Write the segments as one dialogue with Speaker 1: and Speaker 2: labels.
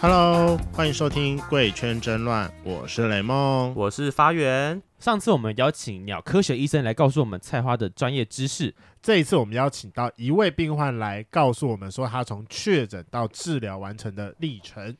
Speaker 1: Hello，欢迎收听《贵圈争乱》，我是雷梦。
Speaker 2: 我是发源，
Speaker 3: 上次我们邀请鸟科学医生来告诉我们菜花的专业知识，
Speaker 1: 这一次我们邀请到一位病患来告诉我们说，他从确诊到治疗完成的历程。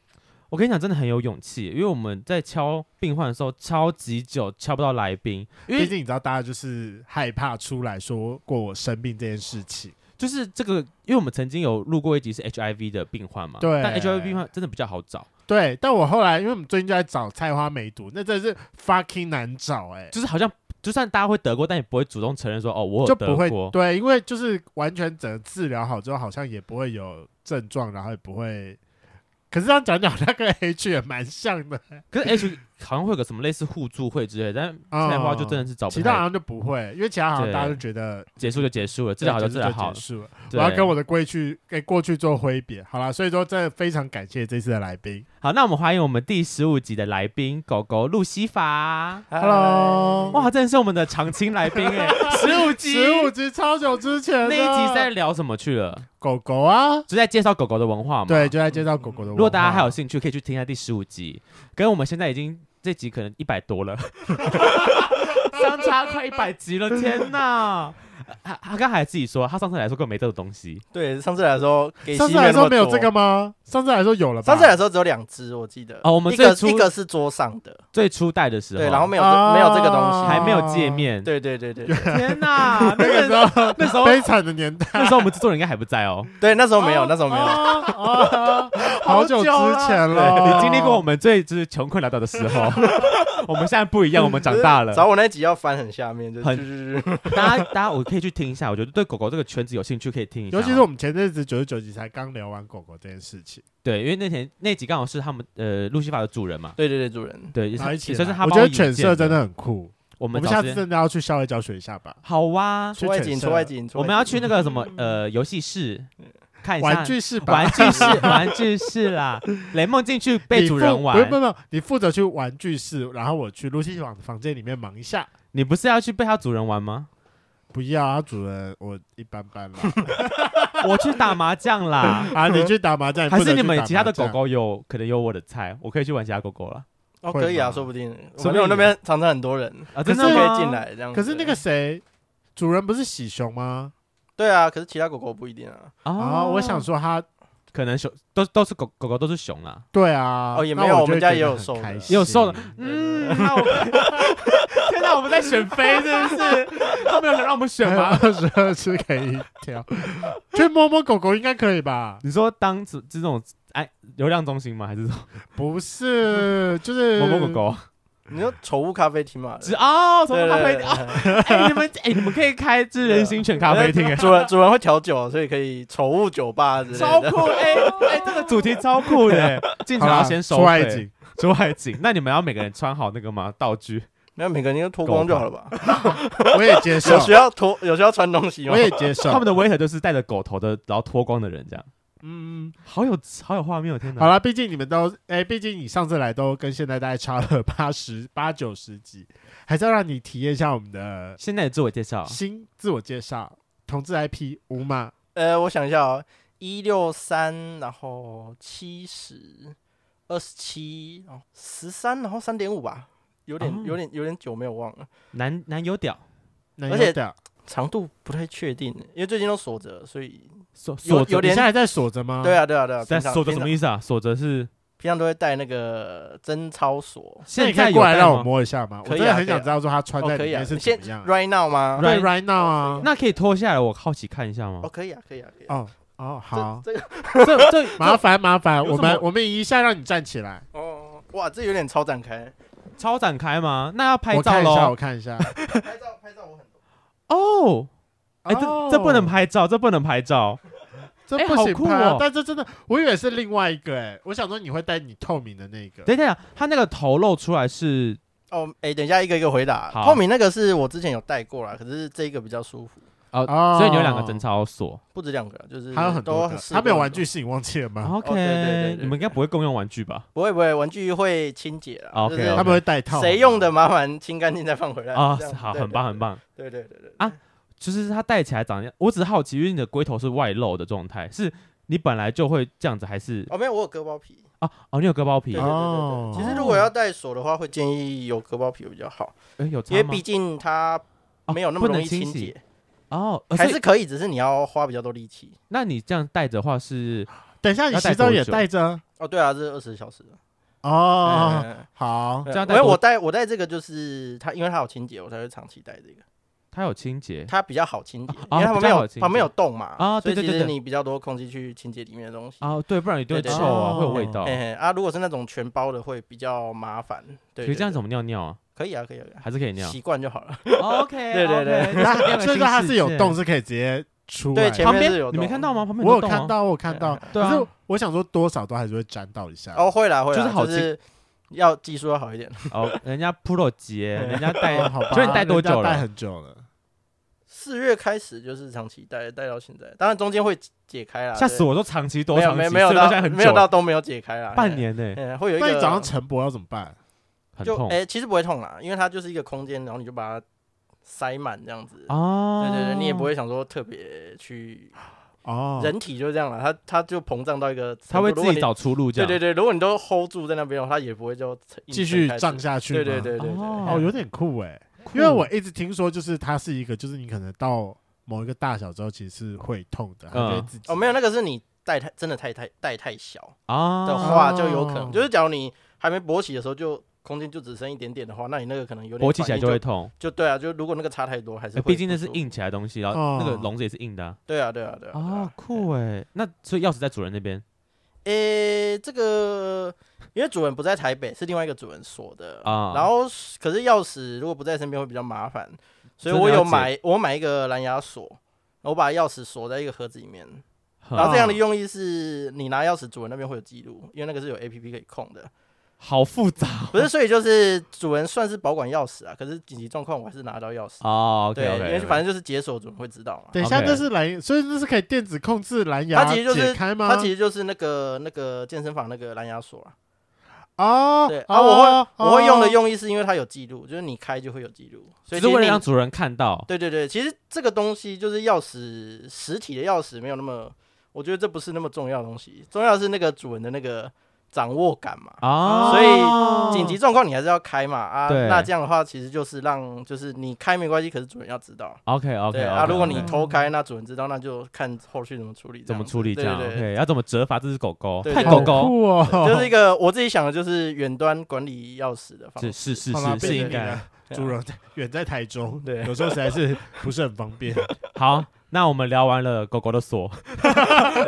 Speaker 3: 我跟你讲，真的很有勇气，因为我们在敲病患的时候超级久，敲不到来宾，因
Speaker 1: 毕
Speaker 3: 为
Speaker 1: 竟你知道，大家就是害怕出来说过我生病这件事情。
Speaker 3: 就是这个，因为我们曾经有录过一集是 HIV 的病患嘛，
Speaker 1: 对
Speaker 3: 但 HIV 病患真的比较好找，
Speaker 1: 对，但我后来因为我们最近就在找菜花梅毒，那真的是 fucking 难找哎、
Speaker 3: 就是好像就算大家会得过，但也不会主动承认说哦，我有
Speaker 1: 就
Speaker 3: 得
Speaker 1: 不会
Speaker 3: 过，
Speaker 1: 对，因为就是完全整个治疗好之后，好像也不会有症状，然后也不会。可是这样讲讲，那跟 H 也蛮像的，
Speaker 3: 可是 H 好像会有个什么类似互助会之 类的，但
Speaker 1: 哦
Speaker 3: 菜花就真的是找不
Speaker 1: 其他好
Speaker 3: 到，
Speaker 1: 像就不会，因为其他好像
Speaker 3: 对
Speaker 1: 大家就觉得
Speaker 3: 结束就结束了，治疗好
Speaker 1: 就
Speaker 3: 就治疗好
Speaker 1: 就
Speaker 3: 了
Speaker 1: 结，束了。我
Speaker 3: 对
Speaker 1: 要跟我的过去给过去做挥别，好啦，所以说真的非常感谢这次的来宾。
Speaker 3: 好，那我们欢迎我们第十五集的来宾狗狗路西法。
Speaker 1: Hello，
Speaker 3: 哇，真的是我们的常青来 宾哎，十五集，
Speaker 1: 十五集超久之前
Speaker 3: 那
Speaker 1: 的
Speaker 3: 一集是在聊什么去了？
Speaker 1: 狗狗啊，
Speaker 3: 就在介绍狗狗的文化嘛。
Speaker 1: 对，，就在介绍狗狗的文化。
Speaker 3: 如果大家还有兴趣，可以去听一下第十五集，跟我们现在已经这集可能一百多了， 相差快一百集了，天哪！他他刚才还自己说，他上次来说根本没这种东西，
Speaker 2: 对，上次来的时候给
Speaker 1: 上
Speaker 2: 西
Speaker 1: 次来
Speaker 2: 那么
Speaker 1: 说没有
Speaker 2: 多
Speaker 1: 这个吗？上次来说有了吧？
Speaker 2: 上次来的时候只有两只，我记得。
Speaker 3: 哦我们
Speaker 2: 一个
Speaker 3: 最
Speaker 2: 一
Speaker 3: 初
Speaker 2: 个是桌上的，
Speaker 3: 最初代的时候，
Speaker 2: 对，然后没有
Speaker 1: 啊
Speaker 2: 这没有这个东
Speaker 3: 还没有界面，
Speaker 2: 西。，对对对 对对
Speaker 3: 天哪！那
Speaker 1: 那个
Speaker 3: 个
Speaker 1: 时候
Speaker 3: 那时候
Speaker 1: 悲惨的年代，
Speaker 3: 那时候我们制作人应该还不在哦，
Speaker 2: 对，那时候没有，那时候没有。
Speaker 1: 啊 啊啊 好久之前了，
Speaker 3: 你经历过我们最就是穷困潦倒的时候， 我们现在不一哎样，我们长大了。
Speaker 2: 找我那集要翻很下面，就
Speaker 3: 很
Speaker 2: 是
Speaker 3: 大家，大家，我可以去听一下。我觉得对狗狗这个圈子有兴趣，可以听一下。
Speaker 1: 尤其是我们前阵子九十九集才刚聊完狗狗这件事情，
Speaker 3: 对，因为那天那集刚好是他们呃路西法的主人嘛，
Speaker 2: 对对对，主人。
Speaker 3: 对，也
Speaker 1: 然后一起嗯
Speaker 3: 是也
Speaker 1: 来
Speaker 3: 算是他
Speaker 1: 我
Speaker 3: 帮
Speaker 1: 觉得
Speaker 3: 引
Speaker 1: 犬
Speaker 3: 荐
Speaker 1: 舍真的，很酷，我
Speaker 3: 我们
Speaker 1: 们下
Speaker 3: 找时
Speaker 1: 次
Speaker 3: 间
Speaker 1: 真的要去校外教学一下吧。
Speaker 3: 好哇，
Speaker 1: 去啊
Speaker 2: 啊出外
Speaker 1: 犬
Speaker 2: 景，
Speaker 1: 舍
Speaker 2: 出外景，出
Speaker 3: 我
Speaker 2: 外景
Speaker 3: 们要去那个什么呃游戏室看一下
Speaker 1: 玩具室吧，
Speaker 3: 玩具室玩具室啦，雷梦进去被
Speaker 1: 你
Speaker 3: 主
Speaker 1: 负
Speaker 3: 人
Speaker 1: 不是
Speaker 3: 玩
Speaker 1: 不，是不是，你负责去玩具室，然后我去露西网的房间里面忙一下。
Speaker 3: 你不是要去被他主人玩吗？
Speaker 1: 不要啊，主人，我一般般 啦。。
Speaker 3: 我去打麻将啦
Speaker 1: 啊，你去打麻将，
Speaker 3: 还
Speaker 1: 负责
Speaker 3: 是
Speaker 1: 去打
Speaker 3: 你们
Speaker 1: 麻
Speaker 3: 其他的狗
Speaker 1: 将？
Speaker 3: 狗有可能有我的菜，我可以去玩其他狗狗了
Speaker 2: 哦，
Speaker 1: 会
Speaker 2: 可以啊，
Speaker 1: 吗
Speaker 2: 说不定。
Speaker 3: 说
Speaker 2: 所
Speaker 3: 不
Speaker 2: 以
Speaker 3: 定
Speaker 2: 我那边常常很多人，
Speaker 3: 啊！
Speaker 1: 可
Speaker 3: 真
Speaker 1: 是
Speaker 3: 的
Speaker 2: 都可
Speaker 3: 吗
Speaker 2: 以进。来这样子。
Speaker 1: 可是那个谁，主人不是喜熊吗？
Speaker 2: 对啊，可是其他狗狗不一定啊。
Speaker 1: 啊，我想说他，
Speaker 3: 可能熊都都是狗狗狗都是熊啦。
Speaker 1: 对啊，
Speaker 2: 哦也
Speaker 1: 那
Speaker 2: 没有
Speaker 1: 我
Speaker 2: 我
Speaker 1: 就
Speaker 2: 们
Speaker 1: 会
Speaker 2: 家
Speaker 1: 觉
Speaker 2: 也
Speaker 1: 得
Speaker 2: 有
Speaker 1: 很
Speaker 2: 瘦的
Speaker 1: 开心
Speaker 3: 也有瘦的，嗯，那我 天哪，我们在选妃是不是？都没有人让我们选
Speaker 1: 还有
Speaker 3: 吗？
Speaker 1: 啊二十二只可以挑，去摸摸狗狗应该可以吧？
Speaker 3: 你说当这这种哎流量中心吗？还是说
Speaker 1: 不是，就是
Speaker 3: 某某狗狗？
Speaker 2: 你说宠物咖啡厅嘛？
Speaker 3: 只哦，从
Speaker 2: 对
Speaker 3: 咖啡
Speaker 2: 对对
Speaker 3: 厅
Speaker 2: 对
Speaker 3: 哦，哎你们哎你们可以开智人星犬咖啡厅哎，
Speaker 2: 主人主人会调酒，所以可以宠物酒吧之类
Speaker 3: 超
Speaker 2: 的。
Speaker 3: 酷哎哎这个主题超酷的 哎，进
Speaker 1: 好
Speaker 3: 场
Speaker 1: 啦
Speaker 3: 要先收
Speaker 1: 出外
Speaker 3: 费
Speaker 1: 景，
Speaker 3: 出外景，那你们要每个人穿好那个吗？道具
Speaker 2: 那每个人就脱光就好了吧？
Speaker 1: 我也接受
Speaker 2: 有，需要脱，有需要穿东西吗
Speaker 1: 我？也接受。
Speaker 3: 他们的 waiter 就是带着狗头的，然后脱光的人这样，
Speaker 1: 嗯，
Speaker 3: 好有好有画面哦，天哪！
Speaker 1: 好了，毕竟你们都，哎、毕竟你上次来都跟现在大概差了 八十八九十集，还是要让你体验一下我们的
Speaker 3: 现在的自我介绍，
Speaker 1: 新自我介绍，同志 IP 五码
Speaker 2: 呃，我想一下哦，一六三，然后七十，二十七，然后十三，然后三点五吧，有点、
Speaker 3: 哦
Speaker 2: 有点有点久没有忘了，
Speaker 3: 男男友屌。
Speaker 1: 男
Speaker 2: 而且
Speaker 1: 优屌，
Speaker 2: 长度不太确定，因为最近都锁着，所以
Speaker 3: 锁
Speaker 2: 有
Speaker 3: 锁
Speaker 1: 有
Speaker 2: 有
Speaker 1: 点
Speaker 3: 着，
Speaker 2: 点
Speaker 1: 现在还在锁着吗？
Speaker 2: 对，啊对啊对啊，
Speaker 3: 在
Speaker 2: 平常
Speaker 3: 锁着
Speaker 2: 平
Speaker 3: 什
Speaker 2: 常
Speaker 3: 么意思啊？锁着是
Speaker 2: 平常都会带那个贞操锁，
Speaker 1: 那你
Speaker 3: 现
Speaker 1: 可
Speaker 3: 在
Speaker 1: 以
Speaker 3: 有
Speaker 1: 过来
Speaker 3: 戴
Speaker 1: 让我
Speaker 3: 吗
Speaker 1: 摸一下吗？我
Speaker 2: 可以
Speaker 1: 真的
Speaker 2: 啊
Speaker 1: 很想
Speaker 2: 可以啊
Speaker 1: 知道说它穿
Speaker 2: 哦
Speaker 1: 在
Speaker 2: 可
Speaker 1: 里
Speaker 2: 以啊，
Speaker 1: 面是
Speaker 2: 你
Speaker 1: 怎
Speaker 2: 先
Speaker 1: 么样。
Speaker 2: right now 吗？
Speaker 1: 对
Speaker 3: right-
Speaker 1: ，right now 啊，
Speaker 3: 那可以脱下来，我好奇看一下吗
Speaker 2: 哦，？可以啊可以啊可以啊，
Speaker 1: 哦哦好，
Speaker 2: 这这个
Speaker 3: 这 这
Speaker 1: 麻烦麻烦，
Speaker 3: 有
Speaker 1: 我
Speaker 3: 什
Speaker 1: 们
Speaker 3: 么
Speaker 1: 我们一下让你站起来，
Speaker 2: 哦哇，这有点超展开，
Speaker 3: 超展开吗？那要拍
Speaker 1: 我
Speaker 3: 照
Speaker 1: 看一下我
Speaker 3: 喽？
Speaker 1: 看一下，
Speaker 2: 拍照拍照我很多，
Speaker 3: 哦，哎，
Speaker 1: 哦
Speaker 3: 这这不能，拍照，这不能拍照。
Speaker 1: 这
Speaker 3: 哎
Speaker 1: 不
Speaker 3: 好
Speaker 1: 行
Speaker 3: 酷
Speaker 1: 拍啊
Speaker 3: 哦
Speaker 1: 但这真的，我以为是另外一个哎，我想说你会带你透明的那个，
Speaker 3: 等一下，他那个头露出来是
Speaker 2: 哦，哎、等一下，一个一个回答。
Speaker 3: 好
Speaker 2: 透明那个是我之前有戴过啦，可是这个比较舒服，
Speaker 1: 哦
Speaker 3: 所以你有两个贞操锁。
Speaker 2: 不止两个啦，就是
Speaker 1: 还有很多
Speaker 2: 都
Speaker 1: 个，
Speaker 2: 试
Speaker 1: 他没
Speaker 2: 过
Speaker 1: 有
Speaker 2: 很
Speaker 1: 玩
Speaker 2: 多
Speaker 1: 具，是你忘记了吗？
Speaker 2: 啊
Speaker 3: 哦
Speaker 2: 哦对对对
Speaker 3: OK，
Speaker 2: 对
Speaker 3: 你们应该不会共用玩具吧？
Speaker 2: 不会不会，玩具会清洁啦。
Speaker 3: OK，
Speaker 2: 啊就是
Speaker 1: 他们会带套，
Speaker 2: 谁用的麻烦清干净再放回来
Speaker 3: 啊
Speaker 2: 这样，
Speaker 3: 好，
Speaker 2: 对
Speaker 3: 很棒很。棒。
Speaker 2: 对对对对对
Speaker 3: 啊就是它戴起来长得，我只是好奇，因为你的龟头是外露的状态，是你本来就会这样子，还是
Speaker 2: 哦，没有，我有割包皮。
Speaker 3: 啊哦，你有割包皮
Speaker 2: 对对对对，
Speaker 3: 哎、
Speaker 1: 哦
Speaker 2: 对其实如果要戴锁的话，会建议有割包皮比较好，
Speaker 3: 哎有差
Speaker 2: 因为
Speaker 3: 吗
Speaker 2: 毕竟它
Speaker 3: 哦
Speaker 2: 没有那
Speaker 3: 不
Speaker 2: 么容
Speaker 3: 能
Speaker 2: 易
Speaker 3: 清
Speaker 2: 清
Speaker 3: 洗
Speaker 2: 洁，
Speaker 3: 哦，呃
Speaker 2: 还
Speaker 3: 所
Speaker 2: 是
Speaker 3: 以
Speaker 2: 可以，只是你要花比较多力气。
Speaker 3: 那你这样戴着的话是
Speaker 1: 等一下，你
Speaker 3: 要戴
Speaker 1: 洗澡
Speaker 3: 多
Speaker 1: 也
Speaker 3: 久
Speaker 1: 带着
Speaker 2: 哦，对啊，这是二十小时的。
Speaker 1: 哦。
Speaker 2: 嗯
Speaker 1: 好，
Speaker 3: 这样
Speaker 2: 因
Speaker 3: 戴
Speaker 2: 为
Speaker 3: 多
Speaker 2: 我戴我戴这个就是它，因为它有清洁，我才会长期戴这个，
Speaker 3: 它有清洁
Speaker 2: 它比较好清洁，因
Speaker 3: 哦
Speaker 2: 为它旁
Speaker 3: 比
Speaker 2: 边
Speaker 3: 较好
Speaker 2: 有
Speaker 3: 清洁
Speaker 2: 旁边有洞嘛，
Speaker 3: 啊
Speaker 2: 所
Speaker 3: 对
Speaker 2: 以
Speaker 3: 对
Speaker 2: 其
Speaker 3: 对
Speaker 2: 实
Speaker 3: 对
Speaker 2: 你比较多空气去清洁里面的东西。
Speaker 3: 哦，对，不然你就会
Speaker 2: 对
Speaker 3: 臭
Speaker 2: 对
Speaker 3: 啊，
Speaker 1: 对
Speaker 3: 会有味道。
Speaker 2: 嘿嘿啊，如果是那种全包的，会比较麻烦。对，
Speaker 3: 可是这样
Speaker 2: 子
Speaker 3: 怎么尿尿啊？
Speaker 2: 可以啊，可以啊，
Speaker 3: 还是可以 尿
Speaker 2: 习惯就好了。
Speaker 3: 哦？OK，
Speaker 2: 对对对
Speaker 3: OK，这是
Speaker 1: 那
Speaker 3: 另外一个
Speaker 1: 所以说它
Speaker 3: 新
Speaker 1: 是
Speaker 3: 世
Speaker 1: 有
Speaker 3: 界
Speaker 1: 洞，是可以直接出
Speaker 2: 对
Speaker 1: 来。
Speaker 2: 前面
Speaker 3: 旁
Speaker 2: 是有
Speaker 3: 你没
Speaker 2: 洞
Speaker 3: 看到吗？旁边
Speaker 1: 我有
Speaker 3: 很多洞
Speaker 1: 看
Speaker 3: 啊，
Speaker 1: 到，我有看到。
Speaker 3: 对啊
Speaker 1: 可是我想说，多少都还是会沾到一下。
Speaker 2: 哦，，会啦，会啦，
Speaker 3: 就是好
Speaker 2: 就是要技术要好一点，
Speaker 3: 哦，人家 pro 级，人家戴
Speaker 1: 哦，好吧。
Speaker 3: 所以你戴多久
Speaker 1: 人家戴
Speaker 3: 了
Speaker 1: 很久了。
Speaker 2: 四月开始就是长期戴，戴到现在，当然中间会解开啦。
Speaker 3: 吓死
Speaker 2: 对！
Speaker 3: 我都长期多
Speaker 2: 没有
Speaker 3: 长
Speaker 2: 没
Speaker 3: 期，
Speaker 2: 有没有
Speaker 3: 所以到现在
Speaker 2: 到
Speaker 3: 很
Speaker 2: 没有
Speaker 3: 久
Speaker 2: 到都没有解开啦，
Speaker 3: 半年呢，
Speaker 2: 嗯，会有一
Speaker 1: 那
Speaker 2: 个
Speaker 1: 你早上晨勃要怎么办？
Speaker 3: 很
Speaker 2: 就
Speaker 3: 痛
Speaker 2: 哎、其实不会痛啦，因为它就是一个空间，然后你就把它塞满这样子。
Speaker 3: 哦。
Speaker 2: 对对对，你也不会想说特别去，
Speaker 1: 哦，
Speaker 2: 人体就是这样了，它它就膨胀到一个程度，
Speaker 3: 他会自
Speaker 2: 如果
Speaker 3: 己
Speaker 2: 你。
Speaker 3: 找出路，
Speaker 2: 对
Speaker 3: 这样
Speaker 2: 对对，如果你都 hold 住在那边的话，它也不会就
Speaker 1: 继续胀
Speaker 2: 胀。
Speaker 1: 下去吗。
Speaker 2: 对对对对对，
Speaker 3: 哦
Speaker 1: 哦，有点酷哎，
Speaker 3: 酷
Speaker 1: 因为我一直听说，就是它是一个，就是你可能到某一个大小之后，其实是会痛的，它就会
Speaker 3: 嗯
Speaker 1: 自己。
Speaker 2: 哦没有，那个是你戴太真的太太戴太小
Speaker 3: 啊
Speaker 2: 的话，就有可
Speaker 1: 哦
Speaker 2: 能就是假如你还没勃起的时候就。空间就只剩一点点的话，那你那个可能有点
Speaker 3: 勃起起
Speaker 2: 反
Speaker 3: 来
Speaker 2: 应
Speaker 3: 就
Speaker 2: 就
Speaker 3: 会痛，
Speaker 2: 就对啊，就如果那个差太多还是
Speaker 3: 哎
Speaker 2: 会不舒服，
Speaker 3: 毕竟那是硬起来的东西，然后那个
Speaker 1: 哦
Speaker 3: 笼子也是硬的啊
Speaker 2: 对啊，对啊，对啊，对啊
Speaker 3: 啊，酷哎。那所以钥匙在主人那边
Speaker 2: 诶、这个因为主人不在台北，是另外一个主人锁的
Speaker 3: 啊
Speaker 2: 然后是可是钥匙如果不在身边会比较麻烦，所以
Speaker 3: 真的
Speaker 2: 我
Speaker 3: 要
Speaker 2: 有
Speaker 3: 解
Speaker 2: 买我买一个蓝牙锁，然后把钥匙锁在一个盒子里面。
Speaker 3: 哼
Speaker 2: 然后这样的用意是你拿钥匙，主人那边会有记录，因为那个是有 A P P 可以控 的。
Speaker 3: 好复杂
Speaker 2: 不是，所以就是主人算是保管钥匙啊，可是紧急状况我还是拿到钥匙。
Speaker 3: 哦。
Speaker 2: 对
Speaker 3: OK
Speaker 2: 因为
Speaker 3: OK，
Speaker 2: 反正就是解锁，主人会知道嘛。
Speaker 1: 等一下，
Speaker 3: OK
Speaker 1: 这是蓝，所以这是可以电子控制蓝牙
Speaker 2: 它其实就是
Speaker 1: 解开吗？
Speaker 2: 它其实就是那个那个健身房那个蓝牙锁啊。
Speaker 1: 哦，
Speaker 2: 对啊
Speaker 1: 哦
Speaker 2: 我会用的
Speaker 1: 哦用
Speaker 2: 用意是因为它有记录，就是你开就会有记录，所以其
Speaker 3: 只是
Speaker 2: 实
Speaker 3: 为了
Speaker 2: 你
Speaker 3: 让主人看到。
Speaker 2: 对对对，其实这个东西就是钥匙，实体的钥匙没有那么，我觉得这不是那么重要的东西，重要的是那个主人的那个掌握感嘛。
Speaker 3: 啊，
Speaker 2: 所以紧急状况你还是要开嘛啊，
Speaker 3: 对
Speaker 2: 那这样的话其实就是让就是你开没关系，可是主人要知道。
Speaker 3: OK OK
Speaker 2: 对啊，如果你
Speaker 1: OK
Speaker 2: 偷开，那主人知道，那就看后续怎么处理这
Speaker 3: 怎
Speaker 2: 样
Speaker 3: 么
Speaker 2: 子。
Speaker 3: 处理这样
Speaker 2: 对对对
Speaker 3: ？OK，要怎么责罚这只狗狗？
Speaker 2: 对
Speaker 3: 太
Speaker 2: 对
Speaker 3: 狗
Speaker 1: 好
Speaker 3: 狗，
Speaker 1: 酷 哦，
Speaker 2: 就是一个我自己想的，就是远端管理钥匙的方
Speaker 3: 是
Speaker 2: 式。
Speaker 3: 是是
Speaker 1: 好啦变
Speaker 3: 是是
Speaker 1: 成
Speaker 3: 应
Speaker 1: 你
Speaker 3: 该
Speaker 1: 了。主人在远在台中，
Speaker 2: 对
Speaker 1: 有时候实在是不是很方 便。
Speaker 3: 好，那我们聊完了狗狗的 锁，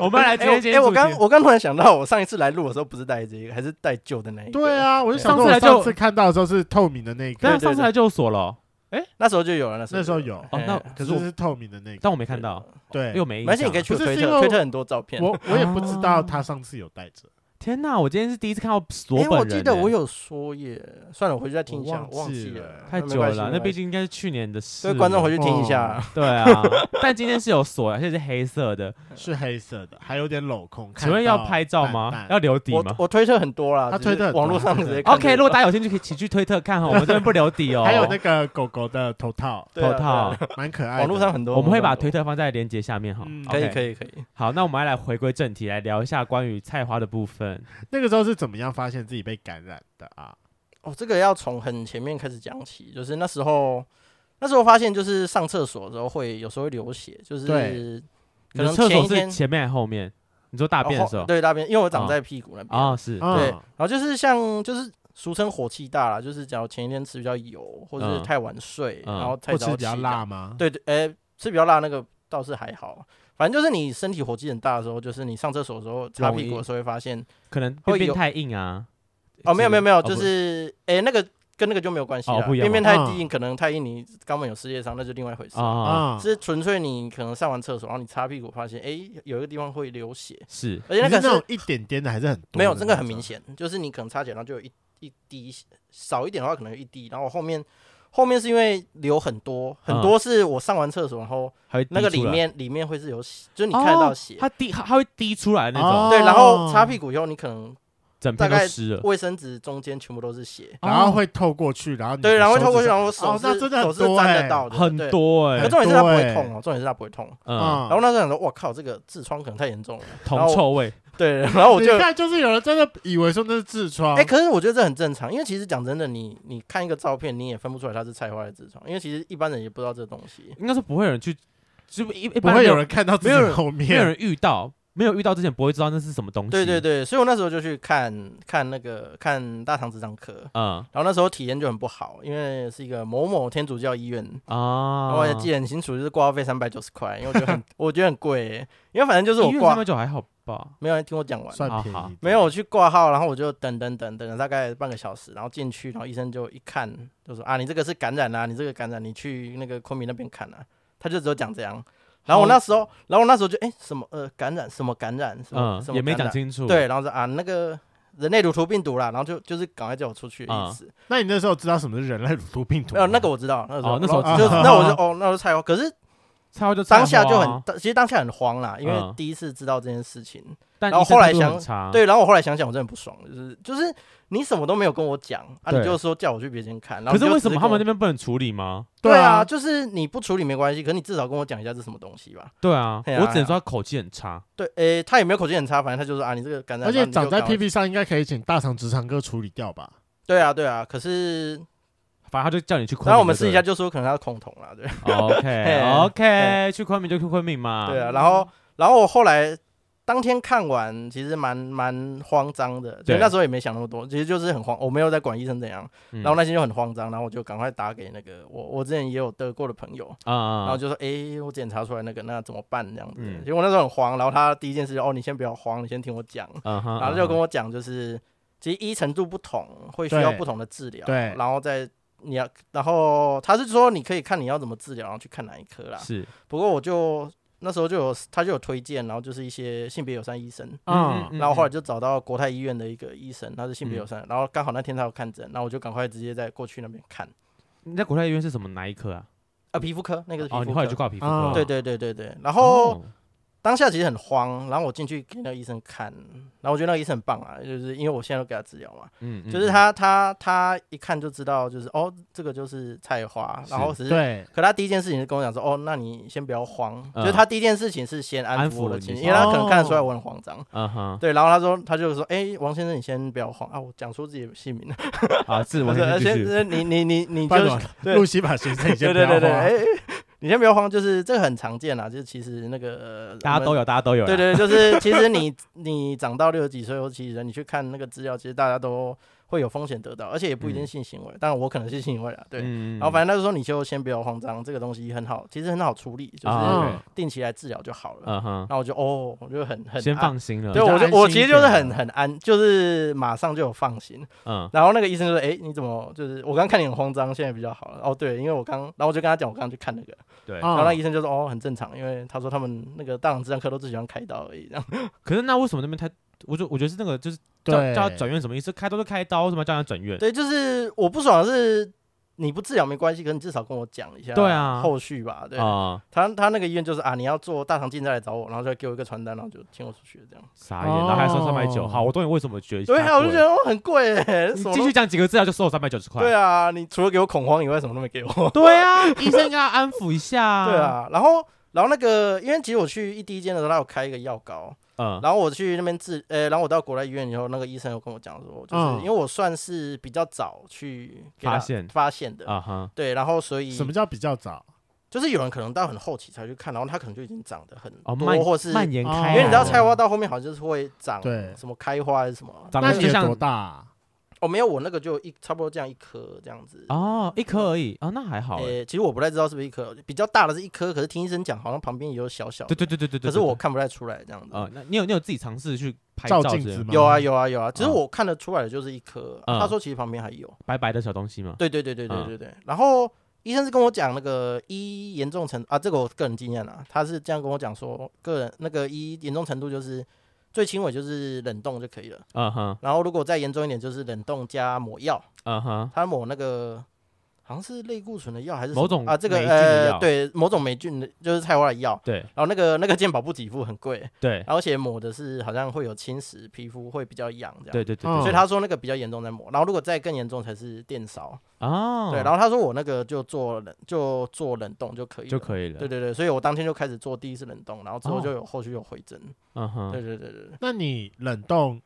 Speaker 3: 我们来
Speaker 2: 哎、
Speaker 3: 今天今
Speaker 2: 我
Speaker 3: 天
Speaker 2: 哎我
Speaker 3: 主题
Speaker 2: 刚我刚突然想到，我上一次来录的时候不是带这一个，还是带旧的那一个。
Speaker 1: 对，啊，我就想
Speaker 3: 上
Speaker 1: 说，
Speaker 3: 次
Speaker 1: 我
Speaker 3: 来
Speaker 1: 上
Speaker 3: 就
Speaker 1: 次看到的时候是透明的那一
Speaker 3: 对啊，
Speaker 1: 个，
Speaker 2: 对
Speaker 3: 上次来就有锁了哦，
Speaker 2: 那时候就有了，那时候
Speaker 1: 那时候
Speaker 2: 就
Speaker 1: 有
Speaker 3: 哦
Speaker 2: 哎
Speaker 3: 那
Speaker 1: 可
Speaker 3: 可
Speaker 1: 是
Speaker 3: 是我
Speaker 1: 是透明的那个，
Speaker 3: 但我没看到，
Speaker 1: 对，
Speaker 3: 又没印
Speaker 2: 没事，你
Speaker 3: 象
Speaker 2: 可以去
Speaker 1: 不是
Speaker 2: 推
Speaker 1: 是因为
Speaker 2: 特，推特很多照片。
Speaker 1: 我我也不知道
Speaker 3: 啊
Speaker 1: 他上次有带着，
Speaker 3: 天哪，我今天是第一次看到锁
Speaker 2: 哎、
Speaker 3: 本人
Speaker 2: 我
Speaker 3: 欸，
Speaker 2: 记得我有说耶，算了，我回去再听一下，
Speaker 1: 我忘
Speaker 2: 忘
Speaker 1: 记
Speaker 2: 记
Speaker 1: 了
Speaker 2: 了，
Speaker 3: 太
Speaker 2: 没
Speaker 3: 久
Speaker 2: 关
Speaker 3: 了
Speaker 2: 系
Speaker 3: 啦，
Speaker 2: 没
Speaker 3: 那
Speaker 2: 关
Speaker 3: 毕
Speaker 2: 系
Speaker 3: 竟应该是去年的事
Speaker 2: 所
Speaker 3: 了，
Speaker 2: 以观众回去听一下
Speaker 1: 哦。
Speaker 3: 对啊，但今天是有锁，而且是黑色的，
Speaker 1: 是黑色的，还有点镂空。
Speaker 3: 请问要拍照吗？要留底
Speaker 2: 我
Speaker 3: 吗？
Speaker 2: 我推特很多啦，
Speaker 1: 他
Speaker 2: 只
Speaker 1: 推
Speaker 2: 是
Speaker 1: 特很多
Speaker 2: 网络上直接看
Speaker 3: OK，
Speaker 2: 得
Speaker 3: 如果
Speaker 2: 到
Speaker 3: 大家有兴趣，可以请去推特看 哈，我们这边不留底哦。
Speaker 1: 还有那个狗狗的头套，
Speaker 2: 对啊啊
Speaker 3: 头套，
Speaker 1: 蛮可爱的。
Speaker 2: 网络上很多，
Speaker 3: 我们会把推
Speaker 2: 特
Speaker 3: 特放在链接下面哈
Speaker 1: 嗯。
Speaker 2: 可以
Speaker 3: OK
Speaker 2: 可以可以。
Speaker 3: 好，那我们还来回归正题，来聊一下关于菜花的部分。
Speaker 1: 那个时候是怎么样发现自己被感染的啊？
Speaker 2: 哦，这个要从很前面开始讲起，就是那时候，那时候发现就是上厕所的时候会有时候会流血，就是
Speaker 1: 对
Speaker 3: 你
Speaker 2: 可
Speaker 3: 的
Speaker 2: 能
Speaker 3: 厕
Speaker 2: 前
Speaker 3: 所
Speaker 2: 一天
Speaker 3: 是前面还是后面？你说大便的时候
Speaker 2: 哦？对大便，因为我长
Speaker 3: 哦
Speaker 2: 在屁股那边
Speaker 3: 啊，是
Speaker 1: 嗯
Speaker 2: 对，然后就是像就是俗称火气大啦，就是假如前一天吃比较油，或者是
Speaker 3: 嗯
Speaker 2: 太晚睡，
Speaker 3: 嗯
Speaker 2: 然后太
Speaker 1: 会
Speaker 2: 早
Speaker 1: 吃
Speaker 2: 起
Speaker 1: 比较辣，吗？
Speaker 2: 对对，哎、吃比较辣那个倒是还好，反正就是你身体火气很大的时候，就是你上厕所的时候擦屁股的时候会发现，
Speaker 3: 可能
Speaker 2: 会
Speaker 3: 便便
Speaker 2: 有
Speaker 3: 太硬啊。
Speaker 2: 哦没有没有没有，就
Speaker 3: 不
Speaker 2: 是哎、那个跟那个就没有关系啦，
Speaker 3: 哦不一样
Speaker 2: 便
Speaker 3: 吗
Speaker 1: 嗯
Speaker 2: 便太低，可能太硬你肛门有世界上那就另外一回事。
Speaker 3: 啊，
Speaker 1: 啊，
Speaker 2: 是纯粹你可能上完厕所，然后你擦屁股，发现哎、有一个地方会流血，
Speaker 3: 是
Speaker 2: 而且那
Speaker 1: 你是
Speaker 2: 个
Speaker 1: 那
Speaker 2: 是
Speaker 1: 种一点点的还是很多？
Speaker 2: 没有，这个很明。显，就是你可能擦起来，然后就有一一滴，少一点的话可能有一滴，然后我后面后面是因为流很多，很
Speaker 3: 嗯
Speaker 2: 多是我上完厕所，然后
Speaker 3: 还会
Speaker 2: 那
Speaker 3: 滴
Speaker 2: 个
Speaker 3: 出
Speaker 2: 里
Speaker 3: 来
Speaker 2: 面里面会是有血，就是你
Speaker 3: 哦
Speaker 2: 看得到血，
Speaker 3: 它滴它它会滴出来那
Speaker 1: 哦
Speaker 3: 种。
Speaker 2: 对，然后擦屁股以后你可能
Speaker 3: 整
Speaker 2: 大
Speaker 3: 片都
Speaker 2: 概
Speaker 3: 湿了，
Speaker 2: 卫生纸中间全部都是血，
Speaker 1: 然后
Speaker 3: 哦
Speaker 1: 会透过去，然后你
Speaker 2: 对，
Speaker 1: 的
Speaker 2: 然后会
Speaker 1: 嗯手
Speaker 2: 透过
Speaker 1: 指
Speaker 2: 去，
Speaker 1: 上
Speaker 2: 然后手
Speaker 1: 哦那
Speaker 2: 是
Speaker 1: 真的
Speaker 2: 手
Speaker 1: 很
Speaker 2: 是
Speaker 1: 多
Speaker 2: 沾
Speaker 1: 欸
Speaker 2: 得到的，
Speaker 3: 很
Speaker 2: 对。
Speaker 3: 多哎、
Speaker 2: 可
Speaker 1: 很
Speaker 2: 重点是它不
Speaker 1: 多
Speaker 2: 会
Speaker 1: 欸
Speaker 2: 痛哦，重点是它不会痛。
Speaker 3: 嗯，
Speaker 2: 然后那时候想说，我靠，这个痔疮可能太严重了，然
Speaker 3: 铜
Speaker 2: 后
Speaker 3: 臭味，
Speaker 2: 对，然后我
Speaker 1: 你
Speaker 2: 就
Speaker 1: 看，就是有人真的以为说那是痔疮，
Speaker 2: 哎、可是我觉得这很正常，因为其实讲真的，你你看一个照片，你也分不出来它是菜花还是痔疮，因为其实一般人也不知道这东西。
Speaker 3: 应该是不会有人去，是不一一
Speaker 1: 不
Speaker 3: 般
Speaker 1: 会有
Speaker 3: 没
Speaker 1: 人看到自
Speaker 3: 没有
Speaker 1: 己
Speaker 3: 人
Speaker 1: 后
Speaker 3: 没有
Speaker 1: 面
Speaker 3: 人遇到，没有遇到之前不会知道那是什么东西。
Speaker 2: 对对，对，所以我那时候就去看看那个看大肠直肠科，
Speaker 3: 嗯
Speaker 2: 然后那时候体验就很不好，因为是一个某某天主教医院。然
Speaker 3: 啊，
Speaker 2: 哦后我也记得很清楚，就是挂号费三百九十块，因为我觉得很， 我觉得很贵耶，因为反正就是我
Speaker 3: 医院
Speaker 2: 挂
Speaker 3: 三百，九还好吧？
Speaker 2: 没有人听我讲完，
Speaker 1: 算
Speaker 3: 啊
Speaker 1: 便
Speaker 3: 好
Speaker 1: 宜，
Speaker 2: 没有，我去挂号，然后我就等等等等了大概半个小时，然后进去，然后医生就一看就说啊，你这个是感染啊，你这个感染，你去那个昆明那边看啊。他就只有讲这样。然后我那时候，然后我那时候就哎、什么呃感染什么感染什么、
Speaker 3: 嗯
Speaker 2: 什，么
Speaker 3: 也没
Speaker 2: 感
Speaker 3: 讲
Speaker 2: 染
Speaker 3: 清楚。
Speaker 2: 对，，然后说啊那个人类乳头病毒啦，然后就就是赶快叫我出去的意
Speaker 3: 嗯
Speaker 2: 思。
Speaker 1: 那你那时候知道什么是人类乳头病毒
Speaker 2: 没
Speaker 1: 吗？
Speaker 2: 有那个我知道，那时候、
Speaker 3: 哦那时候
Speaker 2: 啊然后
Speaker 1: 知
Speaker 2: 就
Speaker 1: 道
Speaker 2: 那我就哦那我就菜花，可是
Speaker 3: 菜花就菜花啊
Speaker 2: 当下就很，其实当下很慌啦，因为
Speaker 3: 嗯
Speaker 2: 第一次知道这件事情。
Speaker 3: 但
Speaker 2: 然后
Speaker 3: 医生
Speaker 2: 后来
Speaker 3: 态度很
Speaker 2: 想
Speaker 3: 差，
Speaker 2: 对，然后我后来想想，我真的不爽，就是就是你什么都没有跟我讲啊，你
Speaker 3: 对
Speaker 2: 就说叫我去别间看，然后你
Speaker 3: 可是
Speaker 2: 就
Speaker 3: 为
Speaker 2: 只
Speaker 3: 什么
Speaker 2: 跟
Speaker 3: 他们
Speaker 2: 我
Speaker 3: 那边不能处理吗？
Speaker 2: 对啊，
Speaker 1: 啊，
Speaker 2: 就是你不处理没关系，可是你至少跟我讲一下这是什么东西吧？
Speaker 3: 对啊，
Speaker 2: 嘿啊
Speaker 3: 我只能说他口气很差。
Speaker 2: 对，诶，他也没有口气很差，反正他就说啊，你这个感染，
Speaker 1: 而
Speaker 2: 然
Speaker 1: 且
Speaker 2: 后你就
Speaker 1: 长在
Speaker 2: 赶快
Speaker 1: PP 上应该可以请大肠直肠哥处理掉吧？
Speaker 2: 对啊，对啊，可是
Speaker 3: 反正他就叫你去昆明。
Speaker 2: 当然我们试一下，
Speaker 3: 对啊
Speaker 2: 就说可能他是空桶啦，对
Speaker 3: 不对。OK
Speaker 2: 嘿
Speaker 3: OK，去昆明就去昆明嘛。
Speaker 2: 对啊，然后然后我后来。当天看完，其实蛮蛮慌张的，就
Speaker 3: 对
Speaker 2: 那时候也没想那么多，其实就是很慌，我没有在管医生怎样，
Speaker 3: 嗯，
Speaker 2: 然后那天就很慌张，然后我就赶快打给那个我我之前也有得过的朋友，
Speaker 3: 啊啊，
Speaker 2: 然后
Speaker 3: 啊
Speaker 2: 就说：“诶，我检查出来那个，那怎么办？”这样子。
Speaker 3: 嗯
Speaker 2: 结果那时候很慌，然后他第一件事就：“哦，你先不要慌，你先听我讲。
Speaker 3: 嗯哼，
Speaker 2: 然后就跟
Speaker 3: 我
Speaker 2: 我讲，就是其实医程度不同，会需要
Speaker 1: 对
Speaker 2: 不同的治疗。
Speaker 1: 对
Speaker 2: 然后再你要，然后他是说你可以看你要怎么治疗，然后去看哪一科啦。
Speaker 3: 是，
Speaker 2: 不过我就那时候就有他就有推荐，然后就是一些性别友善医生。
Speaker 1: 嗯
Speaker 2: 然后后来
Speaker 3: 嗯
Speaker 2: 就找到国泰医院的一个医生，他是性别友善，然后刚好那天他有看诊，然后我就赶快直接在过去那边看
Speaker 3: 你在国泰医院是什么哪一科啊？
Speaker 2: 啊，皮肤科那个是皮
Speaker 3: 哦，你
Speaker 2: 肤
Speaker 3: 后来去
Speaker 2: 科，
Speaker 3: 挂皮肤
Speaker 1: 啊
Speaker 3: 科。
Speaker 2: 对对对对对，然后
Speaker 3: 哦，
Speaker 2: 当下其实很慌，然后我进去给那个医生看，然后我觉得那个医生很棒啊，就是因为我现在都给他治疗嘛，
Speaker 3: 嗯，嗯
Speaker 2: 就是，他他他一看就知道，就是哦，这个就是菜花，
Speaker 3: 是
Speaker 2: 然后只是。
Speaker 1: 对，
Speaker 2: 可他第一件事情是跟我讲说，哦，那你先不要慌，
Speaker 3: 嗯
Speaker 2: 就是他第一件事情是先安
Speaker 3: 安
Speaker 2: 抚我的
Speaker 3: 抚
Speaker 2: 情绪，
Speaker 3: 你
Speaker 2: 因为他可能
Speaker 1: 哦
Speaker 2: 看得出来我很慌张，
Speaker 3: 嗯哼，
Speaker 2: 对，然后他说他就说，哎，王先生你先不要慌啊，我讲出自己的姓名了，
Speaker 3: 啊，是
Speaker 2: 我
Speaker 3: 我
Speaker 2: 说
Speaker 3: 先
Speaker 2: 呃
Speaker 3: 继续
Speaker 2: 先呃你你你你就
Speaker 1: 半
Speaker 2: 是
Speaker 1: 裸
Speaker 2: 对
Speaker 1: 路西法先生已经
Speaker 2: 对
Speaker 1: 不
Speaker 2: 对
Speaker 1: 要
Speaker 2: 对对，
Speaker 1: 慌
Speaker 3: 啊
Speaker 2: 哎，你先不要慌，就是这个很常见啊啦，就是其实那个呃
Speaker 3: 大家
Speaker 2: 我们
Speaker 3: 都有，大家都有啦。
Speaker 2: 对对，就是其实你 你长到六十几岁或七十岁，你去看那个资料，其实大家都会有风险得到，而且也不一定
Speaker 3: 嗯
Speaker 2: 性行为，当然我可能是性行为啦，对。
Speaker 3: 嗯，嗯
Speaker 2: 然后反正他就说你就先不要慌张，这个东西很好，其实很好处理，就
Speaker 3: 啊
Speaker 2: 是
Speaker 1: 嗯
Speaker 2: 定期来治疗就好了。
Speaker 3: 嗯哼
Speaker 2: 然，后我就哦，我就很很
Speaker 3: 先
Speaker 2: 安，
Speaker 3: 放心了。
Speaker 2: 对，
Speaker 1: 比较
Speaker 2: 我就
Speaker 1: 安
Speaker 2: 我
Speaker 1: 心
Speaker 2: 其
Speaker 1: 一
Speaker 2: 实就是
Speaker 1: 点
Speaker 2: 很
Speaker 1: 啊
Speaker 2: 很安，就是马上就有放心。
Speaker 3: 嗯，
Speaker 2: 然后那个医生就说，哎，你怎么就是我刚看你很慌张，现在比较好了。哦，对，因为我刚，然后我就跟他讲我刚刚去看那个，
Speaker 3: 对。
Speaker 2: 然后那
Speaker 1: 啊
Speaker 2: 医生就说哦，很正常，因为他说他们那个大肠直肠科都只喜欢开刀而已，这样。
Speaker 3: 可是那为什么那边他，我就我觉得是那个就是叫
Speaker 1: 对，
Speaker 3: 叫他转院什么意思？开刀就开刀，为什么要叫他转院？
Speaker 2: 对，就是我不爽的是你不治疗没关系，可是你至少跟我讲一下，
Speaker 3: 对啊
Speaker 2: 后续吧，对。
Speaker 3: 啊，
Speaker 2: 他他那个医院就是啊，你要做大肠镜再来找我，然后就给我一个传单，然后就请我出去这样。
Speaker 3: 傻眼，然后还收三百九。
Speaker 1: 哦
Speaker 3: 好，我懂你为什么觉得
Speaker 2: 对
Speaker 3: 它
Speaker 2: 啊，我就
Speaker 3: 贵
Speaker 2: 觉得哦很贵欸，
Speaker 3: 你
Speaker 2: 什么
Speaker 3: 继续
Speaker 2: 都
Speaker 3: 讲几个字料就收我三百九十块。
Speaker 2: 对啊，你除了给我恐慌以外，什么都没给我。
Speaker 3: 对啊，医生应该要安抚一下 啊。
Speaker 2: 对啊，然后然后那个，因为其实我去一第一间的时候，他有开一个药膏，
Speaker 3: 嗯，
Speaker 2: 然后我去那边治，呃、然后我到国外医院以后，那个医生有跟我讲说，就是、
Speaker 1: 嗯
Speaker 2: 因为我算是比较早去给
Speaker 3: 发
Speaker 2: 他
Speaker 3: 现
Speaker 2: 发现的，
Speaker 3: 啊哈，
Speaker 2: 对，然后所以
Speaker 1: 什么叫比较早？
Speaker 2: 就是有人可能到很后期才去看，然后他可能就已经长得很
Speaker 3: 哦，
Speaker 2: 多，
Speaker 3: 蔓
Speaker 2: 或是
Speaker 3: 蔓
Speaker 2: 因
Speaker 3: 延
Speaker 1: 哦
Speaker 3: 开来了，
Speaker 1: 因
Speaker 2: 为你知道菜
Speaker 1: 我
Speaker 2: 花到后面好像就是会长
Speaker 1: 对
Speaker 2: 什么开花还是什么，
Speaker 3: 长
Speaker 1: 那
Speaker 3: 得
Speaker 1: 你
Speaker 3: 就
Speaker 1: 的
Speaker 3: 像
Speaker 1: 多大啊？
Speaker 2: 哦，没有，我那个就一差不多这样一颗这样子。
Speaker 3: 哦，一颗而已哦，那还好
Speaker 2: 呃、
Speaker 3: 欸。
Speaker 2: 其实我不太知道是不是一颗，比较大的是一颗，可是听医生讲好像旁边也有小小的，
Speaker 3: 对对对对对对。
Speaker 2: 可是我
Speaker 3: 对
Speaker 2: 看不太出来这样子。
Speaker 1: 哦
Speaker 3: 呃，那你有你有自己尝试去拍
Speaker 1: 照
Speaker 3: 照
Speaker 1: 镜
Speaker 3: 之类
Speaker 1: 子
Speaker 3: 的
Speaker 1: 吗？
Speaker 2: 有啊有啊有啊，其实
Speaker 3: 嗯
Speaker 2: 我看得出来的就是一颗，
Speaker 3: 嗯
Speaker 2: 他说其实旁边还有。
Speaker 3: 白白的小东西吗？
Speaker 2: 对对对对对
Speaker 3: 嗯
Speaker 2: 对对。然后医生是跟我讲那个一严重程啊，这个我个人经验啊，他是这样跟我讲说，个人那个一严重程度就是最轻微就是冷冻就可以了，
Speaker 3: 嗯哼，
Speaker 2: 然后如果再严重一点就是冷冻加抹药，
Speaker 3: 嗯哼，
Speaker 2: 他抹那个。好像是类固醇的药还是
Speaker 3: 某
Speaker 2: 什么
Speaker 3: 种
Speaker 2: 啊，这个
Speaker 3: 霉菌的
Speaker 2: 呃
Speaker 3: 药
Speaker 2: 对某种霉菌的，就是菜花的药。
Speaker 3: 对
Speaker 2: 然后那个那个健保不给付，很贵，
Speaker 3: 对
Speaker 2: 然后而且抹的是好像会有侵蚀皮肤，会比较痒这样。
Speaker 3: 对对对
Speaker 1: 嗯
Speaker 3: 对，
Speaker 2: 所以他说那个比较严重在抹，然后如果再更严重才是电烧。
Speaker 3: 啊，
Speaker 2: 对，然后他说我那个就做冷就做冷冻就可以了，
Speaker 3: 就可
Speaker 2: 对
Speaker 3: 以
Speaker 2: 对
Speaker 3: 了。
Speaker 2: 对，所以我当天就开始做第一次冷冻，然后之后
Speaker 3: 哦
Speaker 2: 就有后续有回针。
Speaker 3: 嗯
Speaker 2: 对
Speaker 3: 哼，
Speaker 2: 对对对对。
Speaker 1: 那你冷冻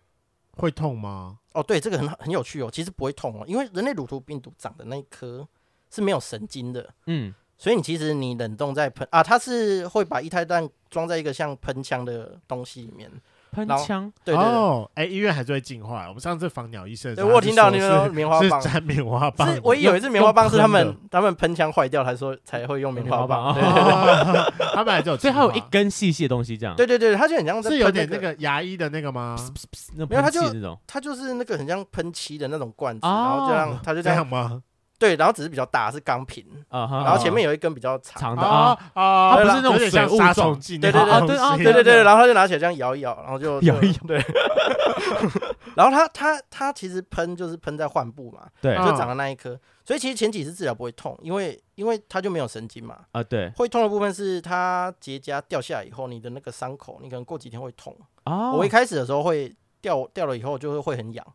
Speaker 1: 会痛吗？
Speaker 2: 哦，对，这个很好很有趣哦，其实不会痛哦，因为人类乳头病毒长的那一颗是没有神经的，
Speaker 3: 嗯，
Speaker 2: 所以你其实你冷冻在喷啊，它是会把一胎蛋装在一个像喷枪的东西里面。
Speaker 3: 喷
Speaker 2: 然后
Speaker 3: 枪
Speaker 2: 对对对，
Speaker 1: 哦，哎，医院还是会进化。我们上次防鸟医生的时
Speaker 2: 对
Speaker 1: 候，
Speaker 2: 我有
Speaker 1: 他就
Speaker 2: 听到
Speaker 1: 说
Speaker 2: 那个
Speaker 1: 是
Speaker 2: 棉花棒
Speaker 1: 是。沾棉花棒的，
Speaker 2: 是我有一次棉花棒是他
Speaker 1: 用
Speaker 2: 们他们喷枪坏掉，他说才会用棉花棒。
Speaker 3: 棉
Speaker 2: 对
Speaker 1: 哦 他本来就有进化，
Speaker 3: 所以它有一根细细的东西这样，，
Speaker 2: 对对对，它就很像在
Speaker 1: 是有
Speaker 2: 喷
Speaker 1: 点
Speaker 2: 那
Speaker 1: 那
Speaker 2: 个，
Speaker 1: 个牙医的那个吗？
Speaker 3: 那
Speaker 2: 没有它
Speaker 3: 喷气
Speaker 2: 就
Speaker 3: 的那种，
Speaker 2: 它就是那个很像喷漆的那种罐子，
Speaker 3: 哦
Speaker 2: 然后就让它
Speaker 1: 就
Speaker 2: 就这
Speaker 1: 这
Speaker 2: 样
Speaker 1: 样吗？
Speaker 2: 对，然后只是比较大，是钢瓶，
Speaker 3: 啊哈，
Speaker 2: 然后前面有一根比较长。
Speaker 3: 长的
Speaker 1: 哦
Speaker 3: 啊，
Speaker 1: 哦，对啦
Speaker 3: 它不是那种
Speaker 1: 有点像
Speaker 3: 水雾
Speaker 1: 杀
Speaker 3: 状
Speaker 1: 虫剂那
Speaker 2: 对
Speaker 1: 种
Speaker 2: 对
Speaker 1: 东
Speaker 3: 对啊
Speaker 1: 西
Speaker 2: 哦对对对，
Speaker 3: 对
Speaker 2: 然后他就拿起来这样摇一摇，然后就
Speaker 3: 摇一摇
Speaker 2: 对。然后他他他其实喷就是喷在患部嘛，
Speaker 3: 对
Speaker 1: 啊
Speaker 2: 就长的那一颗，所以其实前几次治疗不会痛，因为因为它就没有神经嘛。
Speaker 3: 啊对
Speaker 2: 会痛的部分是它结痂掉下来以后，你的那个伤口，你可能过几天会痛。
Speaker 3: 啊，
Speaker 2: 我一开始的时候会掉掉了以后就会会很痒，